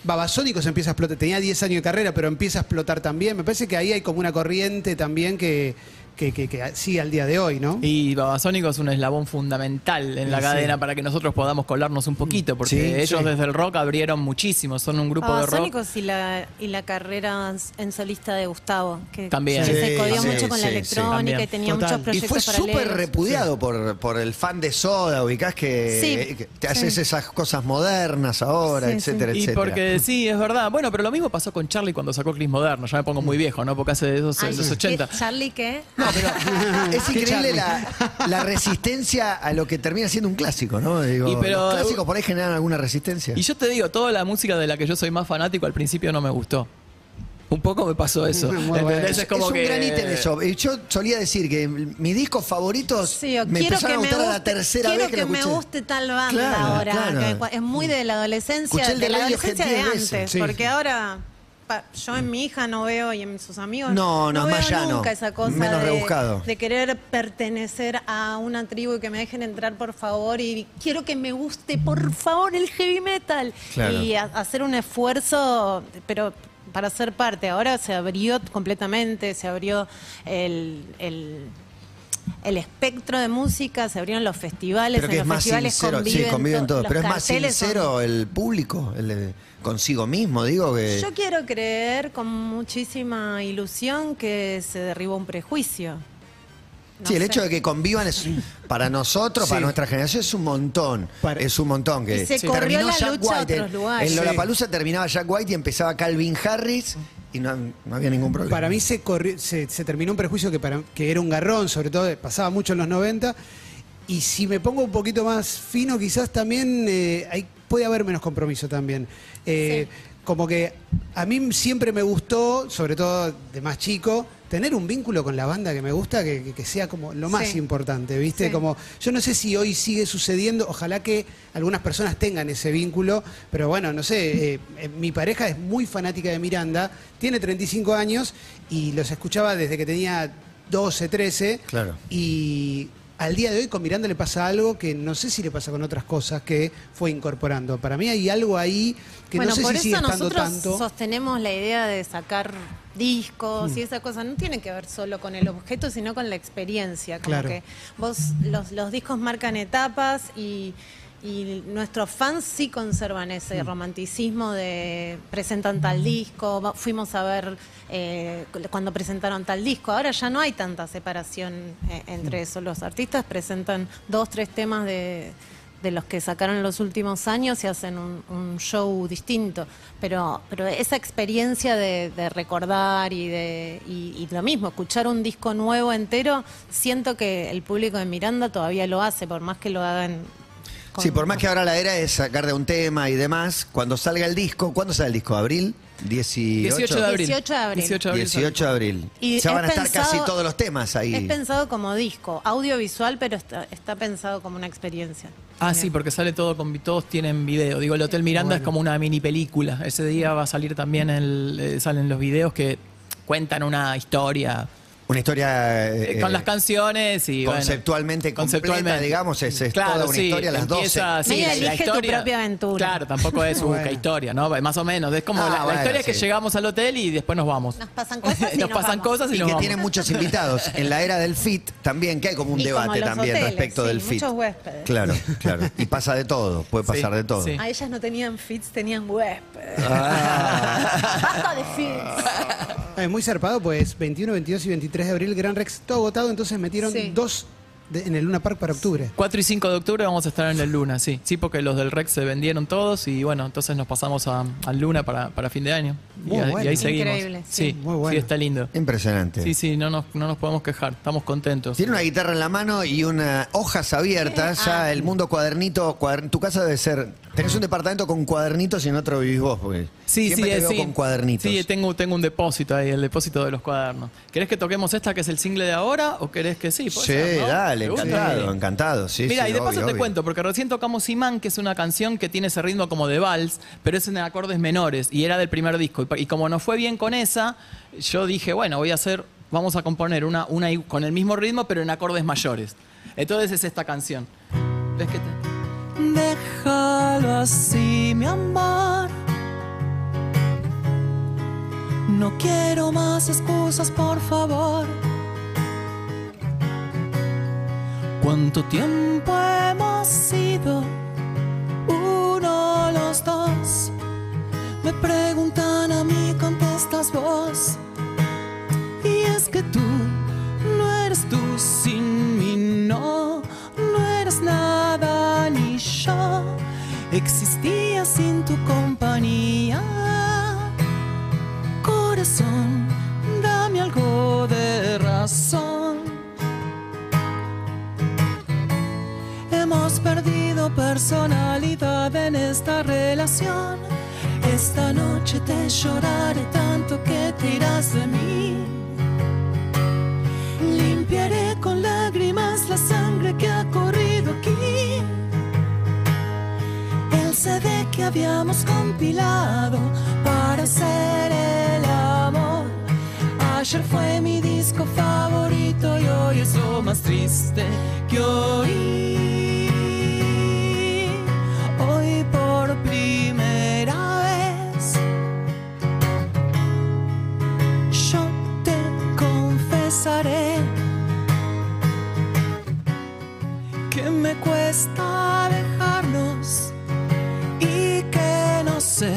S7: Babasónicos empieza a explotar. Tenía 10 años de carrera, pero empieza a explotar también. Me parece que ahí hay como una corriente también que, que, que- que sigue al día de hoy, ¿no?
S5: Y Babasónico es un eslabón fundamental en la
S7: Sí.
S5: cadena para que nosotros podamos colarnos un poquito, porque
S4: Sí,
S5: ellos
S4: sí.
S5: desde el rock abrieron muchísimo, son un grupo de rock.
S8: Babasónicos Ah, y la, y la carrera en solista de Gustavo, que,
S5: También.
S8: que se
S4: Sí,
S8: codió
S4: sí,
S8: mucho con
S4: sí,
S8: la
S4: sí.
S8: electrónica
S5: También.
S8: y tenía
S7: Total.
S8: muchos
S4: Y fue
S8: proyectos
S4: súper
S8: paralelos.
S4: repudiado por, por el fan de Soda, ubicás que,
S8: Sí.
S4: que te haces esas cosas modernas ahora,
S8: Sí, sí.
S4: etcétera,
S5: Y
S4: etcétera.
S5: porque sí, es verdad. Bueno, pero lo mismo pasó con Charlie cuando sacó Cris Moderno. Ya me pongo muy viejo, ¿no? Porque hace de esos,
S8: Ay,
S5: de los
S8: ¿qué-
S5: 80.
S8: Charlie, ¿qué?
S4: No, pero Ah, es increíble la, la resistencia a lo que termina siendo un clásico, ¿no? Digo,
S5: Y pero-
S4: los clásicos por ahí generan alguna resistencia.
S5: Y yo te digo, toda la música de la que yo soy más fanático al principio no me gustó. Un poco me pasó eso.
S7: Muy bueno.
S5: ¿Entendés? Es como
S4: un
S5: que-
S4: gran ítem eso. Y Yo solía decir que mis discos favoritos
S8: Sí, o
S4: me
S8: quiero
S4: empezaron
S8: que
S4: a
S8: me
S4: gustar a la
S8: guste,
S4: tercera
S8: quiero
S4: vez que,
S8: que
S4: lo
S8: me
S4: escuché.
S8: guste tal banda
S4: Claro,
S8: ahora.
S4: claro.
S8: que cua- es muy de la adolescencia,
S4: Escuché el
S8: de
S4: de
S8: la
S4: Radiohead
S8: adolescencia de
S4: 10 veces.
S8: antes,
S7: Sí.
S8: porque ahora pa- yo en mi hija no veo y en sus amigos
S4: No, no,
S8: veo
S4: más ya no.
S8: nunca esa cosa
S4: Menos
S8: de,
S4: rebuscado.
S8: de querer pertenecer a una tribu y que me dejen entrar por favor y quiero que me guste por favor el heavy metal
S4: Claro.
S8: y a- hacer un esfuerzo, pero para ser parte. Ahora se abrió completamente, se abrió el- el el espectro de música, se abrieron los festivales,
S4: Pero que
S8: en
S4: es
S8: los
S4: más
S8: festivales
S4: sincero,
S8: conviven,
S4: sí, conviven
S8: to-
S4: todos.
S8: los
S4: Pero es más
S8: carteles son-
S4: sincero el público, el, eh, consigo mismo, digo que.
S8: Yo quiero creer con muchísima ilusión que se derribó un prejuicio. No
S4: sí, el
S8: sé.
S4: hecho de que convivan es para nosotros, para
S7: Sí.
S4: nuestra generación es un montón,
S7: Para-
S4: es un montón que
S8: Y se
S4: Sí.
S8: corrió
S4: terminó
S8: la
S4: Jack
S8: lucha a
S4: White,
S8: otros
S4: en-
S8: lugares.
S4: en
S7: Sí.
S4: Lollapalooza terminaba Jack White y empezaba Calvin Harris y no, no había ningún problema.
S7: Para mí se, corri- se, se terminó un prejuicio que, para, que era un garrón, sobre todo eh, pasaba mucho en los 90. Y si me pongo un poquito más fino, quizás también eh, hay- puede haber menos compromiso también. Eh, Como que a mí siempre me gustó, sobre todo de más chico, tener un vínculo con la banda que me gusta, que, que- que sea como lo más
S8: Sí.
S7: importante, ¿viste?
S8: Sí.
S7: Como yo no sé si hoy sigue sucediendo, ojalá que algunas personas tengan ese vínculo, pero bueno, no sé, eh, eh, mi pareja es muy fanática de Miranda, tiene 35 años y los escuchaba desde que tenía 12, 13.
S4: Claro.
S7: Y al día de hoy con Miranda le pasa algo que no sé si le pasa con otras cosas que fue incorporando. Para mí hay algo ahí que
S8: bueno,
S7: no sé
S8: por
S7: si sigue
S8: eso
S7: estando
S8: nosotros
S7: tanto.
S8: sostenemos la idea de sacar discos
S7: Mm.
S8: y esa cosa. No tiene que ver solo con el objeto, sino con la experiencia. Como
S7: Claro.
S8: que vos, los, los discos marcan etapas y, y nuestros fans sí conservan ese
S7: Mm.
S8: romanticismo de presentan tal disco, va- fuimos a ver eh, cuando presentaron tal disco. Ahora ya no hay tanta separación eh,
S7: Mm.
S8: entre eso. Los artistas presentan dos, tres temas de de los que sacaron en los últimos años y hacen un, un show distinto. Pero, pero esa experiencia de, de recordar y de y, y lo mismo, escuchar un disco nuevo entero, siento que el público de Miranda todavía lo hace, por más que lo hagan. con-
S4: Sí, por más que ahora la era es sacar de un tema y demás, cuando salga el disco, ¿cuándo sale el disco? ¿Abril? 18.
S5: 18 de abril.
S8: 18 de abril.
S5: 18 de abril.
S4: 18 de abril.
S8: Y
S4: ya van a
S8: es
S4: estar casi
S8: pensado-
S4: todos los temas ahí.
S8: Es pensado como disco, audiovisual, pero está, está pensado como una experiencia.
S5: Ah, sí, porque sale todo con vi- todos tienen video. Digo, el Hotel Miranda es como una mini película. Ese día va a salir también el, eh, salen los videos que cuentan una historia
S4: Una historia. eh,
S5: eh, con las canciones y bueno.
S4: conceptualmente completa, digamos, es- es toda una historia a las 12.
S5: empieza- sí, la-
S8: Medio
S5: la
S8: elige tu
S5: historia-
S8: propia aventura.
S5: Claro, tampoco es una
S7: Bueno.
S5: historia, ¿no? Más o menos, es como
S4: Ah,
S5: la, la
S4: bueno,
S5: historia es que
S4: sí.
S5: llegamos al hotel y después nos vamos.
S8: Nos pasan cosas y
S5: nos,
S8: nos
S5: pasan
S8: vamos.
S5: cosas y,
S4: y
S5: nos
S4: que
S5: vamos.
S4: tienen muchos invitados. En la era del fit también, que hay como un
S8: Y como
S4: debate
S8: los
S4: también
S8: hoteles,
S4: respecto
S8: sí,
S4: del fit.
S8: muchos huéspedes.
S4: Claro, claro. Y pasa de todo, puede
S5: Sí,
S4: pasar de todo.
S5: sí.
S8: A ellas no tenían fits, tenían huéspedes.
S4: Ah.
S8: Basta de fits.
S7: Es muy zarpado, pues 21, 22 y 23 de abril, Gran Rex, todo agotado, entonces metieron
S8: Sí.
S7: dos de- en el Luna Park para octubre.
S3: 4 y 5 de octubre vamos a estar en el Luna, sí. Sí, porque los del Rex se vendieron todos y bueno, entonces nos pasamos a- al Luna para, para fin de año. Y,
S7: Muy
S3: a- y
S7: bueno.
S3: ahí seguimos.
S5: Increíble,
S3: sí,
S5: sí.
S7: Muy bueno.
S3: sí, está lindo.
S4: Impresionante.
S3: Sí, sí, no nos, no nos podemos quejar, estamos contentos.
S4: Tiene una guitarra en la mano y unas hojas abiertas,
S8: Ah.
S4: ya el mundo cuadernito, cuadern- tu casa debe ser, tenés un departamento con cuadernitos y en otro vivís vos, porque
S3: Sí,
S4: siempre
S3: sí,
S4: te
S3: eh,
S4: veo
S3: sí.
S4: con cuadernitos.
S3: Sí, tengo, tengo un depósito ahí, el depósito de los cuadernos. ¿Querés que toquemos esta que es el single de ahora o querés que
S4: Sí,
S3: sí? Puede ser, ¿no?
S4: dale,
S3: ¿Te gusta?
S4: encantado, encantado. Sí,
S3: Mira,
S4: sí,
S3: y de
S4: obvio,
S3: paso te
S4: obvio.
S3: cuento, porque recién tocamos Imán, que es una canción que tiene ese ritmo como de vals, pero es en acordes menores y era del primer disco. Y, pa- y como nos fue bien con esa, yo dije, bueno, voy a hacer, vamos a componer una, una i- con el mismo ritmo, pero en acordes mayores. Entonces es esta canción. ¿Ves que te- Déjalo así, mi amor. No quiero más excusas, por favor. ¿Cuánto tiempo hemos sido uno los dos? Me preguntan a mí, contestas vos. Y es que tú no eres tú sin mí, no, no eres nada ni yo. Existía sin tu compañía. Corazón, dame algo de razón. Hemos perdido personalidad en esta relación. Esta noche te lloraré tanto que te irás de mí. Limpiaré con lágrimas la sangre que ha corrido aquí. El CD que habíamos compilado para hacer el amor. Ayer fue mi disco favorito y hoy es lo más triste que oí. Hoy por primera vez yo te confesaré que me cuesta alejarnos y que no sé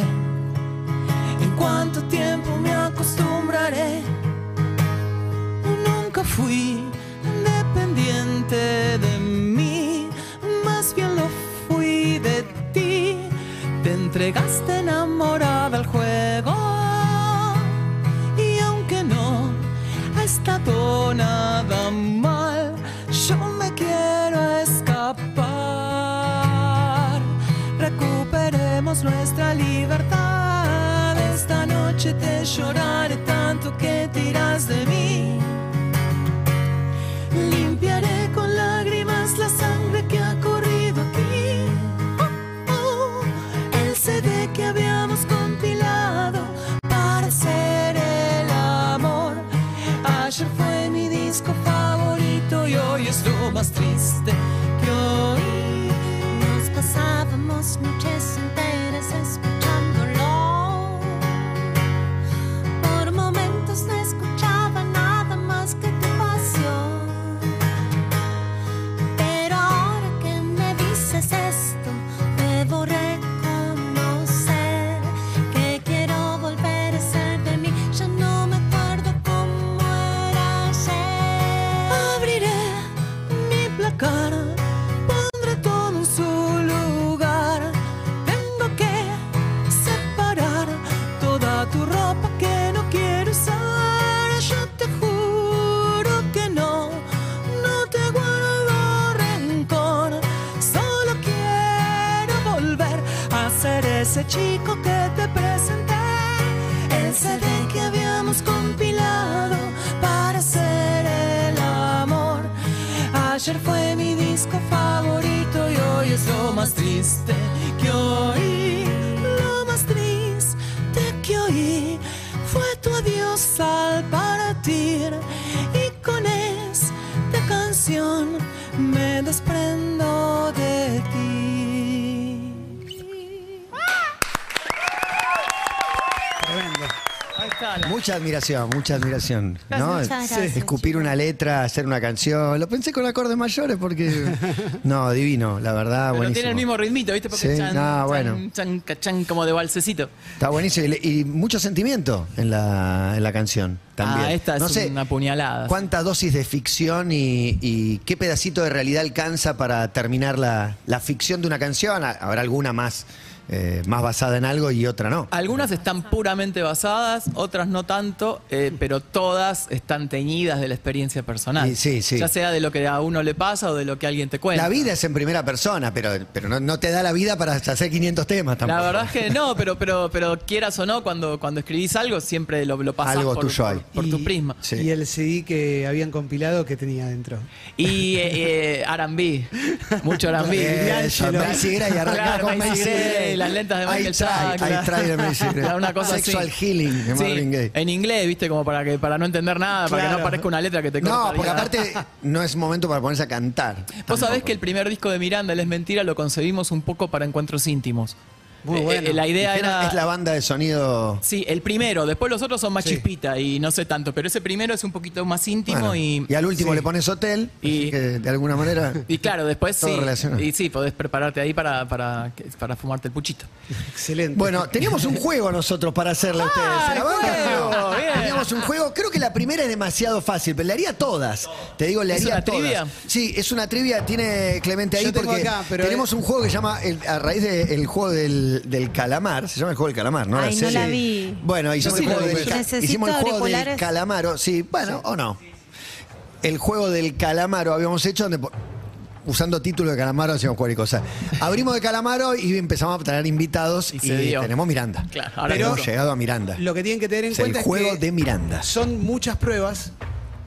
S3: en cuánto tiempo me acostumbraré. Nunca fui dependiente de mí, más bien lo fui de ti. Te entregaste enamorada al juego y aunque no ha estado nada mal, yo me quiero escapar. Recuperemos nuestra libertad. Esta noche te lloraré tanto que te irás de mí. Limpiaré con lágrimas la sangre que ha corrido aquí. Oh, oh. El CD que habíamos compilado para hacer el amor. Ayer fue mi disco favorito y hoy es lo más triste que oí.
S8: Nos pasábamos noches enteras escuchándolo. Por momentos no escuchaba nada más que tu pasión. Pero ahora que me dices esto, debo reconocer que quiero volver a ser de mí. Ya no me acuerdo cómo era ayer.
S3: Abriré mi placar, pondré todo en su lugar. Tengo que separar toda tu ropa que no quiero usar. Yo te juro que no, no te guardo rencor. Solo quiero volver a ser ese chico que te presenté. El CD que habíamos compilado para hacer el amor. Ayer fue mi disco favorito y hoy es lo más triste que oí. Lo más triste que oí fue tu adiós al partir. Y con esta canción me desprendo de ti.
S7: Tremendo.
S5: escala.
S4: Mucha admiración, mucha admiración. ¿no?
S8: Muchas gracias,
S4: Escupir una letra, hacer una canción. Lo pensé con acordes mayores porque. No, divino, la verdad,
S5: Pero
S4: Ah, buenísimo.
S5: tiene el mismo ritmito, ¿viste? Porque
S4: Sí,
S5: chan,
S4: ah,
S5: chan,
S4: bueno.
S5: chan, cachán, como de balsecito.
S4: Está buenísimo. Y, le- y mucho sentimiento en la, en la canción también.
S5: Ah, esta es
S4: no sé
S5: una puñalada.
S4: cuánta dosis de ficción y, y qué pedacito de realidad alcanza para terminar la, la ficción de una canción. Ah, Habrá alguna más, eh, más basada en algo y otra no.
S5: Algunas están puramente basadas, otras no tanto, eh, pero todas están teñidas de la experiencia personal.
S4: Y sí, sí.
S5: Ya sea de lo que a uno le pasa o de lo que alguien te cuenta.
S4: La vida es en primera persona, pero, pero no, no te da la vida para hacer 500 temas tampoco.
S5: La verdad es que no, pero, pero, pero quieras o no, cuando, cuando escribís algo siempre lo, lo pasás
S4: Algo
S5: por,
S4: tuyo hay.
S5: por- por tu
S7: Y-
S5: prisma.
S4: Sí.
S7: Y el CD que habían compilado que tenía adentro.
S5: Y eh, eh, R&B, mucho R&B.
S4: Eh, Eso,
S7: Mira,
S4: Macy Gray, arrancá
S5: Claro,
S4: con
S5: Macy
S4: Macy
S5: Gray,
S4: Gray.
S5: las lentas de Michael
S4: I tried,
S5: Jackson.
S4: I tried de Macy Gray.
S5: Una cosa así.
S4: Sexual Healing de
S5: Sí,
S4: Marvin Gaye.
S5: En inglés, viste, como para que para no entender nada, para que no
S7: Claro.
S5: parezca una letra que te corta
S4: No,
S5: la
S4: porque
S5: vida.
S4: aparte no es momento para ponerse a cantar.
S5: Vos sabés
S4: tampoco.
S5: que el primer disco de Miranda, El es mentira, lo concebimos un poco para encuentros íntimos.
S7: Muy
S5: Eh,
S7: bueno.
S5: eh, la idea
S4: Dijera,
S5: era...
S4: Es la banda de sonido.
S5: Sí, el primero. Después los otros son más
S7: Sí.
S5: chispita y no sé tanto. Pero ese primero es un poquito más íntimo
S4: Bueno,
S5: y...
S4: al último le pones hotel,
S5: Y-
S4: así que de alguna manera.
S5: Y claro, después
S4: Todo
S5: sí.
S4: relacionado.
S5: Y sí, podés prepararte ahí para, para, para fumarte el puchito.
S7: Excelente.
S4: Bueno, teníamos un juego nosotros para hacerle a ustedes. ¿Se la bancan?
S5: Ah, juego! Bien.
S4: Teníamos un juego, creo que la primera es demasiado fácil, pero le haría todas. Te digo, le
S5: ¿Es
S4: haría
S5: una
S4: todas.
S5: trivia?
S4: Sí, es una trivia, tiene Clemente ahí
S7: Yo tengo
S4: porque
S7: acá, pero-
S4: tenemos un juego que se llama, el- a raíz del juego del, del calamar, se llama el juego del calamar, ¿no?
S8: Ay, no
S4: serie.
S8: la vi.
S4: Bueno, hicimos
S5: sí
S4: el
S5: la
S4: juego,
S5: vi.
S4: del, ca-
S8: Necesito
S4: hicimos el juego del
S8: auriculares.
S4: calamaro, sí, bueno, o no. El juego del calamaro habíamos hecho donde... po- usando título de calamaro hacíamos cualquier cosa. Abrimos de calamaro y empezamos a traer invitados y,
S5: Y se dio.
S4: tenemos Miranda.
S5: Claro, ahora
S4: Pero
S5: seguro.
S4: hemos llegado a Miranda.
S7: Lo que tienen que tener en
S4: es el
S7: cuenta es
S4: juego
S7: que
S4: de Miranda.
S7: son muchas pruebas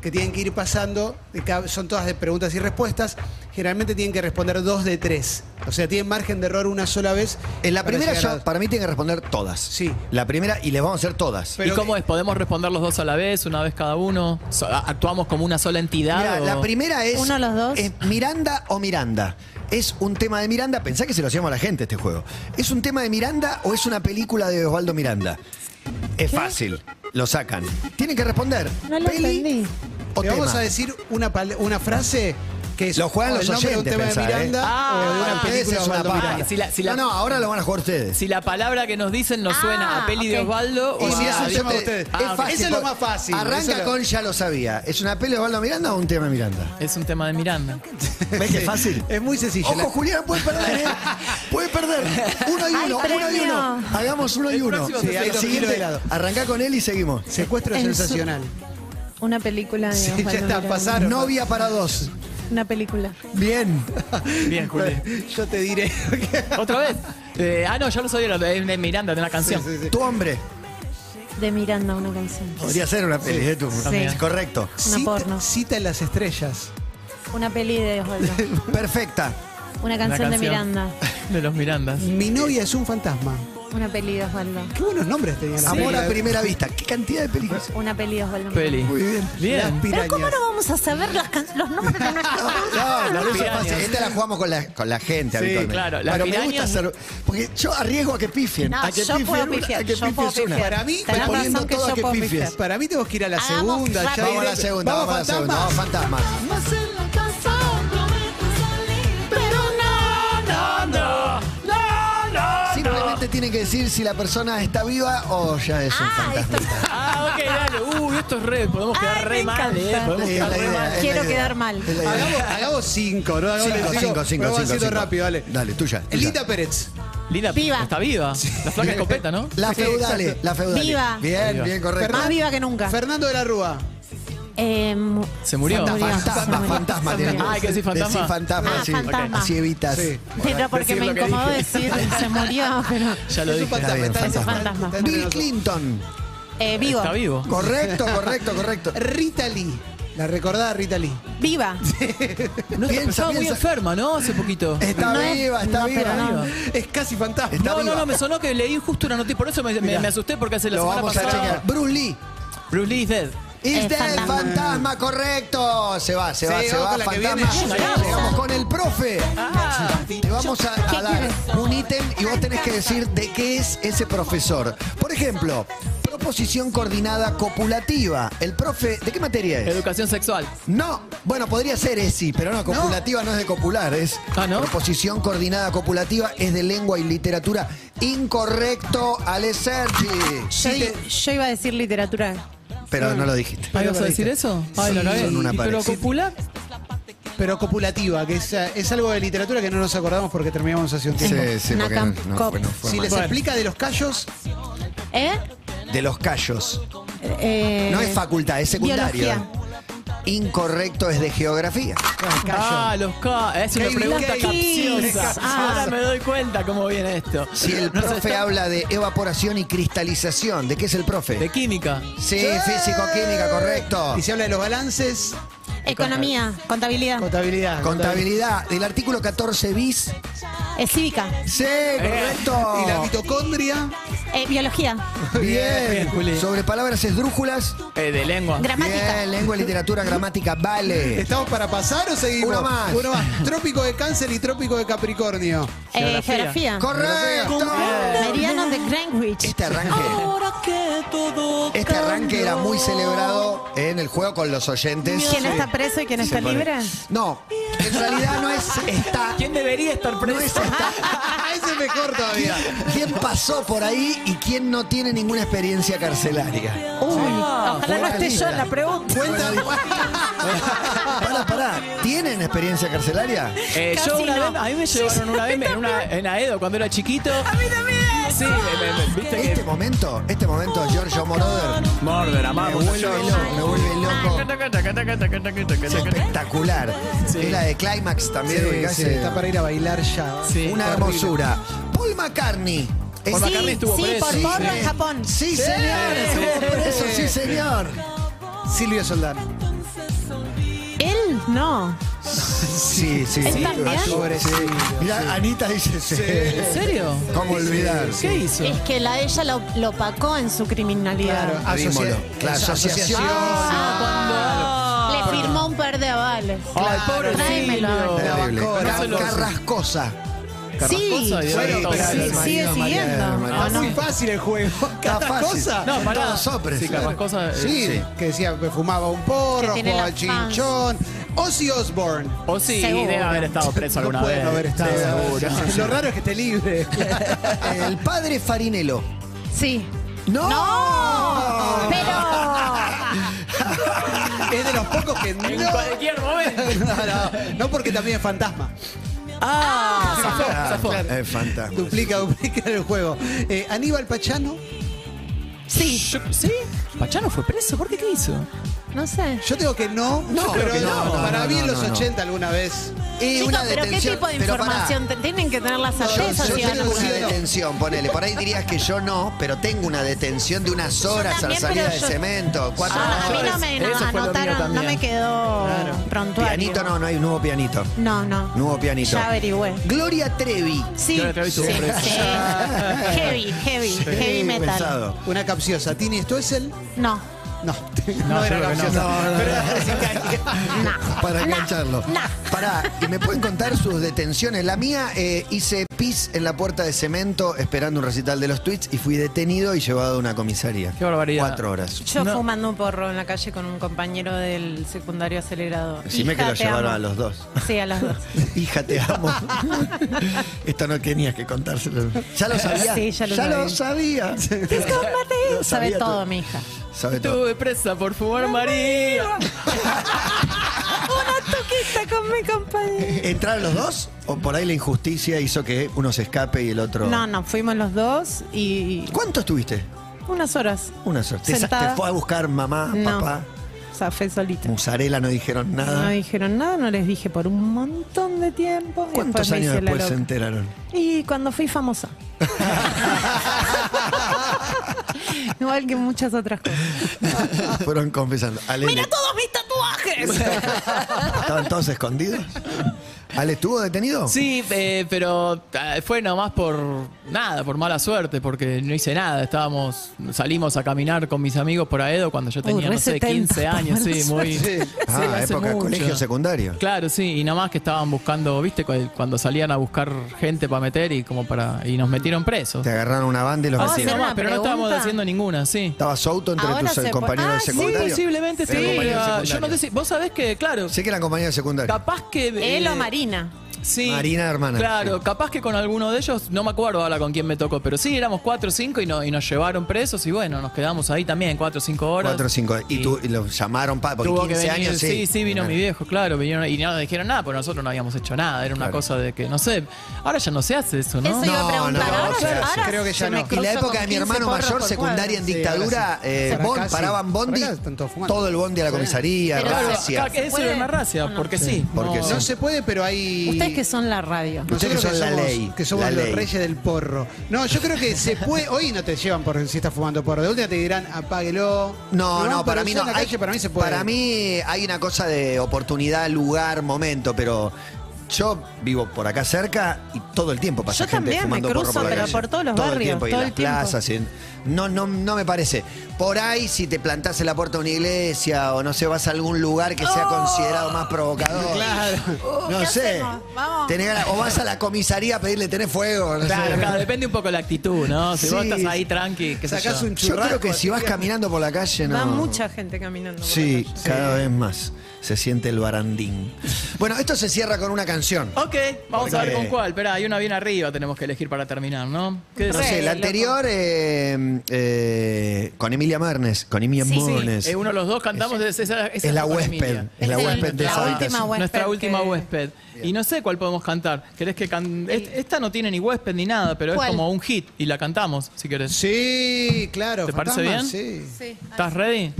S7: que tienen que ir pasando, de cada- son todas de preguntas y respuestas. Generalmente tienen que responder dos de tres. O sea, tienen margen de error una sola vez.
S4: En la
S7: para
S4: primera
S7: llegar a-
S4: yo- para mí tienen que responder todas.
S7: Sí.
S4: La primera y les vamos a hacer todas.
S5: ¿Y
S7: Pero-
S5: cómo es? ¿Podemos responder los dos a la vez, una vez cada uno? So- a- ¿Actuamos como una sola entidad?
S4: Mirá,
S5: o-
S4: la primera es.
S8: ¿Uno de los dos?
S4: es Miranda o Miranda. Es un tema de Miranda. Pensá que se lo hacíamos a la gente este juego. ¿Es un tema de Miranda o es una película de Osvaldo Miranda? Es fácil. Lo sacan. Tienen que responder.
S8: No lo
S4: peli
S8: entendí.
S4: o
S7: Te vamos
S4: tema.
S7: a decir una, pal- una frase que es
S4: Lo juegan
S7: o
S4: los
S7: el nombre de un
S4: oyentes,
S7: tema
S4: pensá,
S7: de Miranda
S4: ¿eh?
S5: Ah,
S7: o de una
S5: bueno,
S7: película
S4: es
S7: de
S4: una
S7: Osvaldo
S4: paja.
S7: Miranda.
S5: Si la- si la-
S4: No, no, ahora lo van a jugar ustedes.
S5: Si la palabra que nos dicen nos
S8: Ah,
S5: suena a peli de
S8: ok.
S5: Osvaldo
S4: Y
S5: o
S4: si
S5: a-
S4: es un
S7: Ah,
S4: tema
S7: llama
S4: de-
S7: usted.
S4: es
S5: Ah, ok.
S4: fácil,
S7: Eso es lo
S4: por-
S7: más fácil,
S4: Arranca
S7: eso lo-
S4: con Ya lo sabía. ¿Es una peli de Osvaldo Miranda o un tema de Miranda?
S5: es un tema de Miranda.
S4: ¿Ves que es fácil?
S7: Es muy sencillo.
S4: Ojo, Julián, puede perder, ¿eh? Puede perder. Uno y
S8: Hay
S4: uno, uno y
S8: premio.
S4: uno. Hagamos uno y uno.
S5: próximo
S4: Sí,
S5: se
S4: al
S7: hace dos
S4: siguiente,
S7: kilos de helado.
S4: Arrancá con él y seguimos.
S7: Secuestro
S8: En su-
S7: sensacional.
S8: Una película de
S7: Sí, ya
S8: Osvaldo
S7: está,
S8: Miranda.
S7: pasaron.
S4: Novia para dos.
S8: Una película.
S4: Bien.
S5: Bien, Juli.
S7: Yo te diré.
S5: ¿Otra vez? Eh, ah, no, ya lo sabía, de, de Miranda, de una canción.
S4: Tu hombre.
S8: De Miranda, una canción.
S4: Podría ser una peli de tu.
S8: Sí.
S4: Correcto.
S8: Una
S7: Cita-
S8: porno.
S7: Cita en las estrellas.
S8: Una peli de Osvaldo.
S4: Perfecta.
S8: Una
S5: Una
S8: canción de Miranda.
S5: De los Mirandas.
S7: Mi novia es un fantasma.
S8: Una peli de Osvaldo.
S7: Qué buenos nombres tenían. las
S4: Amor a
S7: pirañas.
S4: primera vista. ¿Qué cantidad de películas?
S8: Una peli de Osvaldo. Miranda.
S5: Peli.
S4: bien.
S5: Bien.
S7: Las pirañas.
S8: Pero ¿cómo no vamos a saber las can- los nombres de nuestros
S4: No, no,
S5: Las
S4: no es
S5: pirañas.
S4: fácil. Esta la jugamos con la, con la gente
S5: Sí,
S4: habitualmente.
S5: claro, las
S4: Pero me gusta
S5: pirañas-
S4: hacer. Porque yo arriesgo a que pifien.
S8: No,
S4: a que
S8: yo
S4: pifien
S8: puedo
S4: una,
S8: pifiar,
S4: a que
S8: yo puedo
S4: pifies una.
S8: pifiar.
S7: Para mí,
S8: Tenés
S4: poniendo
S8: razón que
S4: todo a
S8: yo
S4: que
S8: puedo
S4: pifies.
S8: pifiar.
S7: Para mí tenemos que ir a la
S8: Hagamos
S7: segunda. ya
S8: rápido.
S4: Vamos a la
S7: directo.
S4: segunda, vamos, a la
S7: fantasma.
S4: segunda. Vamos, fantasma.
S3: Más en la casa, prometo salir, pero no, no, no.
S4: Simplemente tienen que decir si la persona está viva o ya es un fantasma.
S5: Ah, ok, dale. Uy, esto es re. Podemos quedar
S8: Ay,
S5: re
S8: me
S5: mal, eh.
S8: encanta.
S5: Podemos
S4: Es
S5: quedar
S4: la
S5: re
S4: idea,
S5: mal.
S4: es la
S8: Quiero
S4: idea.
S8: quedar mal.
S4: Es la idea.
S7: Hagamos, hagamos cinco, ¿no? Hagamos
S4: Eh. Cinco,
S7: cinco,
S4: cinco, cinco,
S7: Pero vamos
S4: cinco,
S7: haciendo
S4: cinco.
S7: rápido, dale.
S4: Dale, tuya, tuya.
S7: Linda Pérez.
S5: Linda,
S8: Viva.
S5: está viva. La flaca escopeta, ¿no?
S4: La
S7: Sí,
S4: feudale,
S7: exacto.
S4: la feudale.
S8: Viva.
S4: Bien, bien, correcto.
S8: Más viva que nunca.
S7: Fernando de la Rúa.
S8: Eh, mu-
S5: Se murió.
S8: Se murió.
S4: Fantasma,
S8: Se
S4: fantasma.
S8: murió.
S4: tiene
S5: Ah, hay que decir fantasma.
S4: Decir fantasma,
S8: Ah,
S4: sí.
S8: fantasma.
S4: Así evitas.
S7: Sí.
S8: Pero porque
S5: Decir
S8: me
S5: lo que
S8: incomodó
S5: dije.
S8: decir se murió, pero
S5: Ya lo
S7: es un
S5: dije.
S7: fantasma.
S4: bien,
S7: está
S4: fantasma.
S7: fantasma.
S8: Fantasma.
S4: Bill Clinton.
S8: eh, vivo.
S5: Está vivo.
S4: Correcto, correcto, correcto.
S7: Rita Lee. La recordada Rita Lee.
S8: Viva.
S5: No,
S4: Piensa,
S5: estaba muy
S4: piensa.
S5: enferma, ¿no? Hace poquito.
S4: Está
S8: No es-
S4: viva, está
S8: no,
S4: viva.
S8: pero no.
S7: Es casi fantasma.
S4: Está
S5: no,
S4: viva.
S5: no, no, me sonó que leí justo una noticia. Por eso me, me- me asusté porque hace la
S4: Lo
S5: semana
S4: vamos a
S5: pasada.
S4: chequear. Bruce Lee.
S5: Bruce Lee is dead.
S4: Is
S8: Es
S4: dead fantasma.
S8: fantasma.
S4: correcto. Se va, se
S7: Sí,
S4: va, se
S7: vamos
S4: va,
S7: con la que
S4: fantasma.
S7: viene.
S5: Llegamos.
S4: Llegamos con el profe.
S8: Ah.
S4: Te vamos a, a dar un ítem y vos tenés que decir de qué es ese profesor. Por ejemplo, Proposición coordinada copulativa. El profe, ¿de qué materia es?
S5: Educación sexual.
S4: No, bueno, podría ser ESI, pero no, copulativa no, es de copular, es
S5: Ah, ¿no?
S4: proposición coordinada copulativa, es de lengua y literatura. Incorrecto, Ale Sergi.
S8: Yo, i- yo iba a decir literatura.
S4: Pero no lo dijiste.
S5: ¿Me ibas a decir eso? Ay, no, no,
S4: son una
S5: ¿Y pero
S4: parecida.
S5: copular?
S7: Pero copulativa, que es, eh, es algo de literatura que no nos acordamos porque terminamos hace un tiempo.
S4: Sí, sí, porque
S8: Una
S4: no,
S8: cam-
S4: no
S8: cop.
S4: fue- no fue
S7: Si
S4: mal.
S7: les explica de los callos,
S8: ¿Eh?
S4: De los callos.
S8: Eh,
S4: No es facultad, es secundario.
S8: Biología.
S4: Incorrecto es de geografía.
S5: Ah, los K. Es una
S7: Kevin
S5: pregunta
S7: Gates.
S5: capciosa. Ahora me doy cuenta cómo viene esto.
S4: Si el
S5: No sé,
S4: profe
S5: está-
S4: habla de evaporación y cristalización, ¿de qué es el profe?
S5: De química.
S4: Sí, físico-química, correcto.
S7: eh, y se habla de los balances,
S8: Economía, contabilidad.
S7: contabilidad.
S4: Contabilidad, del artículo 14 bis.
S8: Eh, cívica.
S4: Sí,
S7: Y la
S4: correcto.
S7: mitocondria.
S8: Eh, biología.
S5: Bien,
S4: Bien.
S5: Juli.
S4: Sobre palabras esdrújulas.
S5: Eh, de lengua.
S8: Gramática.
S4: Bien, lengua, literatura, gramática, vale.
S7: ¿Estamos para pasar o seguimos?
S4: Uno más.
S7: Uno más. Trópico de Cáncer y Trópico de Capricornio.
S8: Eh,
S5: Geografía.
S8: geografía.
S4: Correcto.
S8: Meridiano de Greenwich.
S4: Este arranque. Este arranque era muy celebrado en el juego con los oyentes.
S8: ¿Quién está preso y quién
S4: Se
S8: está
S4: pone-
S8: libre?
S4: No, en realidad no es está.
S5: ¿Quién debería estar
S4: No es
S5: preso?
S4: está.
S7: Ese es mejor todavía.
S4: ¿Quién pasó por ahí y quién no tiene ninguna experiencia carcelaria?
S8: Uy, ojalá no
S4: buena
S8: esté yo
S4: lista.
S8: en la pregunta.
S4: Cuenta. Pará, pará. ¿Tienen experiencia carcelaria?
S5: Eh, yo
S8: Casi
S5: una
S8: no.
S5: vez, a mí me llevaron una vez en, una, en Aedo cuando era chiquito. A mí también. Sí, me- me- viste
S4: Este
S5: que.
S4: momento, este momento, Giorgio Moroder,
S5: Morder,
S4: me
S5: amamos.
S4: vuelve loco, me vuelve loco. Es espectacular. Es la de Climax también. ubicás, eh,
S7: está para ir a bailar ya.
S5: Sí.
S4: Una hermosura. Paul McCartney. Es-
S5: Paul McCartney estuvo
S8: sí,
S5: preso.
S8: por
S5: Sí.
S8: porro en Japón.
S4: Sí, señor, estuvo preso, sí, señor.
S7: Silvio Soldán.
S8: Él no.
S4: Sí, sí,
S8: ¿Él
S4: sí.
S8: también?
S4: Mirá, Anita dice sí.
S5: ¿En serio?
S4: ¿Cómo olvidar?
S5: ¿Qué hizo?
S8: Es que la ella lo, lo opacó en su criminalidad.
S7: Claro,
S4: Abrímoslo.
S7: asocia-
S4: La asociación.
S8: Ah, Le firmó un par de avales.
S5: Ah, Ay, pobre
S8: Tráemelo.
S5: Silvio.
S4: Terrible.
S7: Carrascosa.
S4: Gran Carrascosa.
S8: Sí,
S5: Carrascosa y de
S8: bueno,
S5: Benito
S8: pero
S5: Galo.
S8: sí,
S4: Mariano,
S8: sigue
S4: Mariano,
S8: siguiendo.
S4: Mariano.
S8: ¿o
S7: Ah,
S8: no?
S7: muy fácil el juego.
S4: Está
S7: Cada
S4: fácil.
S7: cosa.
S5: No,
S4: En
S5: pará.
S4: todos sopres.
S5: Sí, capaz cosa.
S7: Sí, que decía que fumaba un porro,
S8: Que tiene
S7: jugaba
S8: la
S7: al chinchón. Ozzy Osbourne.
S5: O sí,
S8: Seguro.
S5: debe haber estado preso alguna
S7: no puede
S5: vez.
S7: no haber estado.
S5: Sí, seguro.
S7: Lo raro es que esté libre. Eh,
S4: El padre Farinello.
S8: Sí.
S4: ¡No! Ah,
S8: ¡No! Pero.
S7: es de los pocos que no.
S5: En cualquier momento.
S7: No, no, no, porque también es fantasma.
S5: Ah, zafó, zafó.
S4: Es fantasma.
S7: Duplica, duplica el juego. Eh, Aníbal Pachano.
S5: Sí. ¿Sí? ¿Pachano fue preso? ¿Por qué qué hizo?
S8: No sé.
S7: Yo tengo que no,
S4: No,
S7: pero
S4: creo que
S7: no,
S4: no, no,
S7: para
S4: no,
S7: mí en
S4: no,
S7: los
S4: no, no.
S7: 80 alguna vez.
S4: Y
S8: Chicos, pero qué tipo de
S4: pero pará.
S8: información te- tienen que tener la certeza
S4: Yo
S8: si
S4: tengo
S8: van
S7: van
S8: a
S4: una
S7: alguna vez.
S4: detención, ponele. Por ahí dirías que yo no, pero tengo una detención de unas horas
S8: también,
S4: a salida
S8: pero
S4: de
S8: yo-
S4: cemento. Cuatro
S8: Ah, a mí
S4: horas.
S8: no me
S5: Eso fue lo mío
S8: anotaron, no
S5: también.
S8: me quedó prontuario.
S4: Pianito no, no hay nuevo pianito.
S8: No, no.
S4: Nuevo pianito.
S8: Ya averigüé.
S4: Gloria Trevi.
S8: Sí,
S5: Yo la traigo y
S8: sí,
S5: tu hombre.
S8: sí. heavy, heavy, heavy
S4: Sí,
S8: metal.
S4: pesado.
S7: Una capciosa. ¿Tini Stoessel?
S8: No,
S7: No, no,
S5: No, yo creo que
S7: era
S5: no.
S7: capciosa.
S8: no.
S4: Para engancharlo.
S8: nah.
S4: Pará, y me pueden contar sus detenciones. La mía eh, hice pis en la puerta de cemento esperando un recital de los tweets y fui detenido y llevado a una comisaría.
S5: Qué barbaridad.
S4: Cuatro horas.
S8: Yo
S5: No.
S8: fumando un porro en la calle con un compañero del secundario acelerado.
S4: Decime que
S8: Hija,
S4: lo
S8: te
S4: llevaron
S8: amo.
S4: a los dos.
S8: Sí, a los dos.
S4: Hija, te amo. Esto no tenías que contárselo. Ya lo sabía.
S8: Sí, ya lo
S4: sabía. Lo
S8: Sabe
S4: sabía
S8: todo, mi hija.
S4: Sabe todo.
S5: Estuve presa por fumar María.
S8: Una toquita con mi compañero.
S4: ¿Entraron los dos? ¿O por ahí la injusticia hizo que uno se escape y el otro.?
S8: No, no, fuimos los dos y
S4: ¿Cuánto estuviste?
S8: unas horas.
S4: Una suerte. ¿Te,
S8: Sentada.
S4: te fue a buscar mamá,
S8: No.
S4: Ah, papá?
S8: O sea, fue solita.
S4: Musarela no dijeron
S8: No
S4: nada.
S8: dijeron nada, no les dije por un montón de tiempo. y
S4: ¿Cuántos
S8: después me
S4: años
S8: hice la
S4: después se
S8: loca.
S4: enteraron?
S8: Y cuando fui famosa. Igual que muchas otras cosas.
S4: Fueron confesando. A Lele,
S8: ¡Mira todos mis tatuajes!
S4: ¿Estaban todos escondidos? ¿Ale estuvo detenido?
S5: Sí, eh, pero eh, fue nomás por nada, por mala suerte, porque no hice nada. Estábamos, salimos a caminar con mis amigos por Aedo cuando yo tenía,
S6: re
S5: no sé,
S6: 70,
S5: 15 años,
S6: por
S5: sí, muy. Sí,
S4: Ah,
S5: hace
S4: época de
S5: mucho.
S4: colegio secundario.
S5: Claro, sí, y nomás que estaban buscando, viste, Cu- cuando salían a buscar gente para meter y como para. y nos metieron presos.
S4: Te agarraron una banda y los
S5: Así
S8: hacer
S4: metieron.
S8: una
S5: nomás, pero no estábamos
S8: pregunta?
S5: haciendo ninguna, sí.
S4: Estaba Souto entre
S8: Ahora
S4: tus
S8: se puede-
S4: compañeros
S8: Ah,
S4: de
S8: sí,
S5: Sí,
S4: secundario.
S5: posiblemente
S4: Eran
S5: sí.
S4: compañeros de
S5: ah, Yo
S4: secundario.
S5: no sé si. Vos sabés que, claro.
S4: Sé que eran compañeros de secundario.
S5: Capaz que.
S8: Él o
S5: eh,
S8: Marina.
S5: Sí.
S4: Marina, hermana.
S5: Claro,
S4: Sí.
S5: capaz que con alguno de ellos, no me acuerdo ahora con quién me tocó, pero sí, éramos cuatro o cinco y, no- y nos llevaron presos y bueno, nos quedamos ahí también cuatro o cinco horas.
S4: Cuatro o cinco. Y, tú, y los llamaron, pa, porque
S5: tuvo que
S4: 15
S5: venir-
S4: años, sí.
S5: sí, vino
S4: Claro.
S5: mi viejo, claro, vinieron y no nos dijeron nada, porque nosotros no habíamos hecho nada, era una
S4: Claro.
S5: cosa de que, no sé, ahora ya no se hace eso, ¿no?
S8: Eso iba
S4: No,
S8: a preguntar.
S4: no,
S8: ahora,
S4: se hace.
S8: ahora
S7: Creo que ya
S8: se me
S7: no.
S4: Y
S8: cruzó
S4: la
S8: con
S4: época de mi
S8: 15
S4: hermano
S8: porros
S4: mayor,
S8: por
S4: secundaria en
S8: cuadro.
S7: Sí,
S4: dictadura,
S7: ahora sí.
S4: eh,
S7: Por acá
S4: bon-
S7: sí.
S4: paraban bondi,
S7: Por acá están todos fumando.
S4: todo el bondi a la
S7: Sí.
S4: comisaría,
S8: Pero-
S5: Claro,
S4: racia.
S5: acá- eso
S8: ¿Puede?
S5: es una racia,
S8: ¿O no?
S5: porque sí.
S4: Porque
S5: no-
S4: sí.
S7: No se puede, pero hay.
S6: Ustedes que son la radio.
S4: Ustedes
S7: Nosotros
S4: que
S7: que
S4: son la
S7: somos,
S4: ley,
S7: que somos
S4: la
S7: los
S4: ley.
S7: reyes del porro. No, yo creo que se puede. Hoy no te llevan por si estás fumando porro. De última te dirán, apáguelo.
S4: No,
S7: Lo van
S4: no, para mí
S7: paralizando
S4: no.
S7: en la
S4: Hay-
S7: calle, para mí se puede.
S4: para mí hay una cosa de oportunidad, lugar, momento, pero yo vivo por acá cerca y todo el tiempo pasa
S8: Yo
S4: gente
S8: también me
S4: fumando porro
S8: cruzo,
S4: por la
S8: pero
S4: calle.
S8: por todos los
S4: todo
S8: barrios,
S4: el tiempo, y
S8: todo
S4: en
S8: el tiempo.
S4: las plazas. y en- no, no, no me parece. Por ahí, si te plantás en la puerta de una iglesia o no sé, vas a algún lugar que sea considerado más provocador.
S7: Claro.
S4: No
S8: Oh. Uh, ¿qué
S4: sé.
S8: hacemos? Vamos.
S4: Tenés ganas- o vas a la comisaría a pedirle tenés fuego. No
S5: Claro,
S4: sé.
S5: claro, depende un poco de la actitud, ¿no? Si vos
S4: Sí.
S5: estás ahí tranqui, que
S7: Sacás un
S4: Yo creo que si vas caminando por la calle, no.
S8: Va mucha gente caminando. por
S4: Sí,
S8: la calle.
S4: cada vez más. Se siente el barandín. Bueno, esto se cierra con una canción.
S5: Ok, vamos a ver con
S4: Porque-
S5: cuál. Espera, hay una bien arriba, tenemos que elegir para terminar, ¿no? ¿Qué
S4: No
S5: decís?
S4: sé, la anterior eh, eh, con Emilia Mernes. Con Emilia
S5: Sí,
S4: Mernes.
S5: sí, eh, uno de los dos cantamos es, esa, esa
S4: es la
S5: fue con
S4: huésped,
S5: Emilia.
S4: es la
S8: Es
S4: huésped de
S8: la
S4: esa
S8: última
S4: habitación.
S8: huésped
S5: Nuestra
S8: que-
S5: última huésped. Y no sé cuál podemos cantar. ¿Querés que can- est- Esta no tiene ni huésped ni nada, pero
S8: ¿Cuál?
S5: es como un hit y la cantamos, si querés.
S7: Sí, claro.
S5: ¿Te parece bien?
S7: Sí.
S8: Sí.
S5: ¿Estás ready?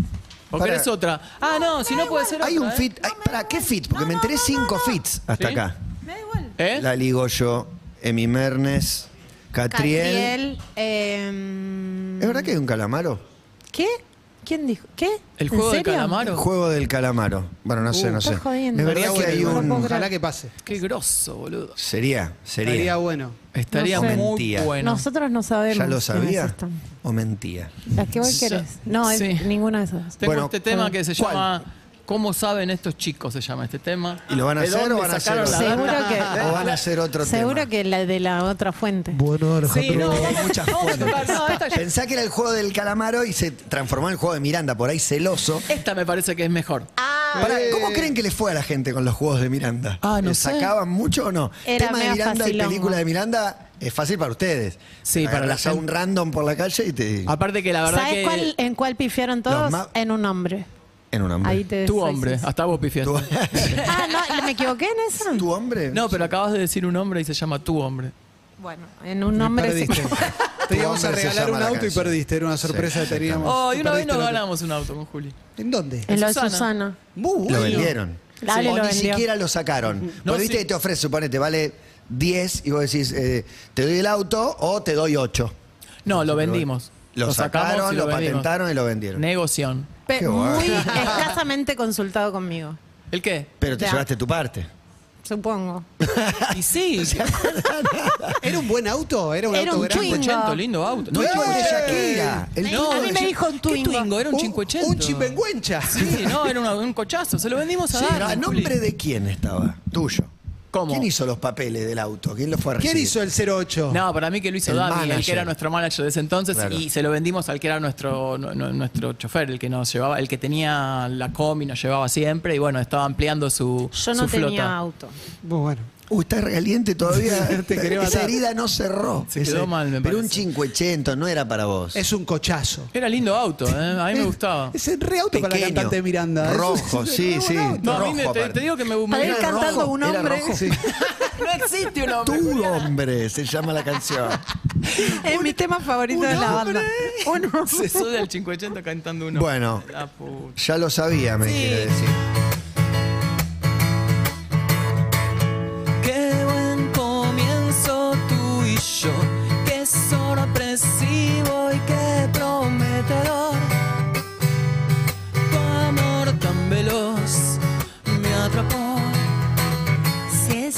S5: ¿O
S4: Para-
S5: querés otra? Ah, no, si no puede ser
S4: Hay
S5: otra,
S4: un
S5: ¿eh?
S4: fit. hay- ¿Para qué fit? Porque me enteré cinco fits hasta
S5: ¿Sí?
S4: acá.
S8: Me da igual.
S5: ¿Eh?
S4: La ligo yo, Emi Mernes, Catriel.
S8: Catriel. em,
S4: ¿Es verdad que hay un calamaro?
S8: ¿Qué? ¿Quién dijo? ¿Qué?
S5: ¿El
S8: ¿En
S5: juego de
S8: serio?
S4: El
S5: calamaro?
S4: juego del calamaro. Bueno,
S5: Uh,
S4: no sé, no sé.
S8: estás jodiendo.
S4: Es verdad que
S7: Estaría
S4: hay
S7: bueno,
S8: No
S4: un.
S8: puedo
S7: Ojalá que pase.
S5: Qué grosso, boludo.
S4: Sería, sería.
S7: Estaría bueno.
S5: Estaría
S4: No sé.
S5: muy
S4: Mentía.
S5: bueno.
S6: Nosotros no sabemos.
S4: ¿Ya lo
S6: quiénes
S4: sabía?
S6: están.
S4: ¿O mentía?
S6: Las que vos
S5: Sí.
S6: querés. No, es
S5: Sí.
S6: ninguna de esas.
S5: Tengo
S4: Bueno,
S5: este tema que se
S4: ¿cuál?
S5: llama ¿Cómo saben estos chicos? Se llama este tema.
S4: ¿Y lo van a
S5: ¿De
S4: hacer
S5: dónde
S4: o van a hacer
S5: sacaron la
S4: otro?
S5: data?
S6: Seguro que-
S4: ¿O van a hacer otro
S6: Seguro
S4: tema?
S6: que la de la otra fuente.
S7: Bueno,
S5: Sí, no,
S4: Hay
S5: vamos-
S4: muchas
S5: vamos a tocar-
S4: fuentes.
S5: no, esta, ya-
S4: Pensá que era el juego del calamaro y se transformó en el juego de Miranda, por ahí celoso.
S5: esta me parece que es mejor.
S8: Ah.
S6: Ah,
S4: Pará, ¿Cómo creen que le fue a la gente con los juegos de Miranda?
S5: Ah, no
S4: ¿Le
S5: sé.
S4: ¿Sacaban mucho o no?
S6: Era
S4: Tema de
S6: medio
S4: Miranda y
S6: facilongo.
S4: película de Miranda es fácil para ustedes.
S5: Sí, para la
S4: Agarrás a
S5: gente.
S4: un random por la calle y te.
S6: Ah.
S5: Aparte que la verdad
S6: ¿Sabes
S5: que
S6: cuál, en cuál pifiaron
S4: Los
S6: todos?
S4: ma-
S6: En un hombre.
S4: En un hombre.
S6: Ahí te
S5: tu
S6: soy
S5: hombre,
S6: sincera.
S5: hasta vos pifiaste.
S4: ¿Tu,
S6: Ah, no, ¿me equivoqué en eso?
S4: ¿Tu hombre?
S5: No, pero acabas de decir un hombre y se llama tu hombre.
S6: Bueno, en un
S7: Me
S6: hombre...
S7: perdiste. Te
S4: Tu
S7: íbamos a
S4: hombre se
S7: regalar
S4: llama
S7: un
S4: la
S7: auto y
S4: canción.
S7: perdiste. Era una sorpresa
S4: Sí,
S7: que teníamos.
S5: Oh, y una vez
S7: Perdiste
S5: nos
S7: el auto.
S5: ganamos un auto con Juli.
S7: ¿En dónde?
S6: En lo de
S5: Susana.
S6: Susana.
S7: Muy
S4: Lo
S7: bueno.
S4: vendieron.
S6: La Ale
S4: O
S6: lo
S4: ni
S6: vendió.
S4: siquiera lo sacaron.
S5: No,
S4: Porque viste
S5: sí.
S4: que te ofrece, suponete, vale 10 y vos decís, eh, te doy el auto o te doy 8.
S5: No, lo vendimos.
S4: Lo,
S5: sacamos
S4: sacaron,
S5: y
S4: lo,
S5: vendimos.
S4: patentaron y lo vendieron.
S5: Negoción.
S6: Pe-
S4: Qué bueno.
S6: muy escasamente consultado conmigo,
S5: ¿El qué?
S4: pero te
S6: Ya.
S4: llevaste tu parte.
S6: supongo.
S5: Y sí,
S7: ¿Era un buen auto? ¿Era un
S6: Era
S7: auto
S6: un
S7: grande?
S6: Twingo.
S5: 580, lindo auto.
S4: No,
S5: No,
S4: el de Shakira. El
S5: no,
S6: a mí me
S5: ya-
S6: dijo un
S5: ¿qué
S6: Twingo.
S5: Era un 580.
S7: Un chipengüencha.
S5: Sí, no, era una- un cochazo. Se lo vendimos a
S4: Sí,
S5: Dani,
S4: pero ¿A
S5: Juli.
S4: nombre de quién estaba? Tuyo.
S5: ¿Cómo?
S4: ¿Quién hizo los papeles del auto? ¿Quién lo fue a recibir?
S7: ¿Quién hizo el 08?
S5: No, para mí que lo hizo
S4: Oh. El
S5: Dami, el que
S4: manager.
S5: era nuestro manager de ese entonces,
S4: Claro.
S5: y se lo vendimos al que era nuestro, nu- nu- nuestro chofer, el que nos llevaba, el que tenía la comi, nos llevaba siempre, y bueno, estaba ampliando su,
S6: Yo no
S5: su flota.
S6: tenía auto.
S7: Muy bueno.
S4: Uy, está recaliente todavía.
S7: Te quería
S4: Esa
S7: matar.
S4: herida no cerró.
S5: Se quedó
S4: Ese-
S5: mal, me
S4: Pero un
S5: parece.
S4: 580 no era para vos.
S7: Es un cochazo.
S5: Era lindo auto, ¿eh? a mí me gustaba.
S7: Es el re auto para la
S4: Pequeño,
S7: cantante Miranda. Es-
S4: rojo,
S7: es un
S4: sí,
S7: re buen
S4: sí.
S7: auto.
S5: No, a mí
S4: rojo,
S5: me- te,
S4: aparte.
S5: te digo que me...
S6: Para
S5: me-
S6: ir
S4: Era
S6: cantando
S4: rojo,
S6: un
S4: era
S6: hombre.
S4: rojo.
S5: no existe un hombre.
S4: Tu hombre se llama la canción.
S6: Es mi tema favorito de la banda. Un hombre.
S5: Se soy del 580 cantando uno.
S4: Bueno.
S5: La puta.
S4: Ya lo sabía, me quiere decir.
S5: Qué buen comienzo tú y yo, qué sorpresivo y qué prometedor. Tu amor tan veloz me atrapó.
S6: Si es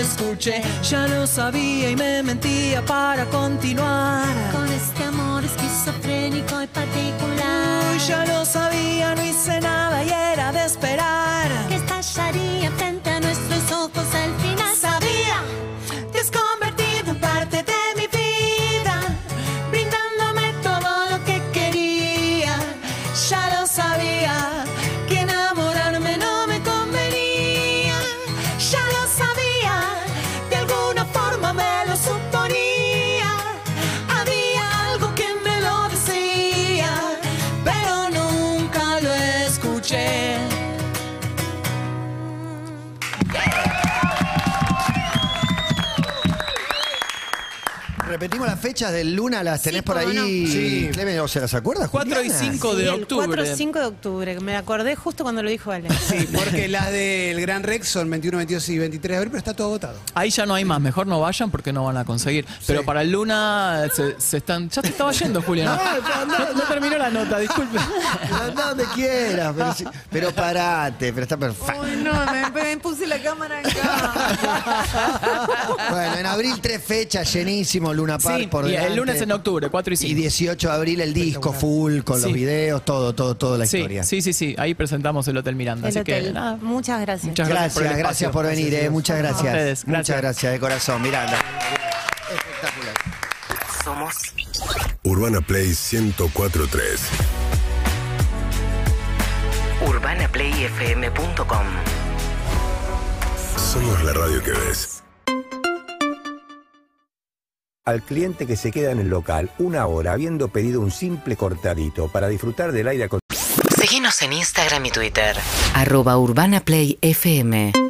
S5: escuché, ya lo sabía y me mentía para continuar.
S3: Con este amor esquizofrénico y particular
S5: Uy, ya lo sabía, no hice nada y era de esperar.
S3: Que estallaría frente a nuestros ojos al final Sabía
S5: Te has convertido en parte de mi vida, brindándome todo lo que quería. Ya lo sabía que enamorarme no me convenía. Ya lo sabía, de alguna forma me lo suponía. Había algo que me lo decía, pero nunca lo escuché.
S4: Repetimos las fechas del Luna, las tenés por
S8: cómo
S4: ahí.
S8: no.
S4: Sí. Clemen, ¿o se las acuerdas?
S5: 4 y
S4: Juliana?
S5: 5
S8: Sí,
S5: de
S8: el 4
S5: octubre.
S8: o 5 de octubre, que me acordé justo cuando lo dijo Ale.
S7: Sí, porque las del Gran Rex son 21, 22 y 23 de abril, pero está todo agotado.
S5: Ahí ya no hay más, mejor no vayan porque no van a conseguir. Pero para el Luna se, se están. Ya te estaba yendo, Julián.
S4: No, no,
S5: No, no terminó la nota, disculpe.
S4: Andá donde quieras, pero, sí- pero parate, pero está perfecto.
S6: Uy, no, me, me puse la cámara acá.
S4: Bueno, en abril tres fechas, llenísimo, Luna Park
S5: Sí,
S4: por
S5: y
S4: delante.
S5: el lunes en octubre, 4 y 5.
S4: Y 18 de abril el disco full, con los
S5: Sí.
S4: videos, todo, todo, toda la
S5: sí,
S4: historia.
S5: sí, sí, sí. Ahí presentamos el Hotel Miranda.
S8: El
S5: así que
S8: hotel. Ah,
S5: nada.
S8: Muchas gracias.
S5: Muchas gracias
S4: Gracias,
S5: por el
S4: gracias
S5: espacio.
S4: por venir, eh, muchas gracias.
S5: A ustedes,
S4: Muchas
S5: gracias.
S4: gracias de corazón, Miranda. Espectacular.
S1: Somos
S9: Urbana Play 1043.
S1: urbanaplayfm.com.
S9: Somos la radio que ves.
S10: Al cliente que se queda en el local una hora habiendo pedido un simple cortadito para disfrutar del aire acondicionado.
S1: Seguinos en Instagram y Twitter. Arroba urbanaplayfm.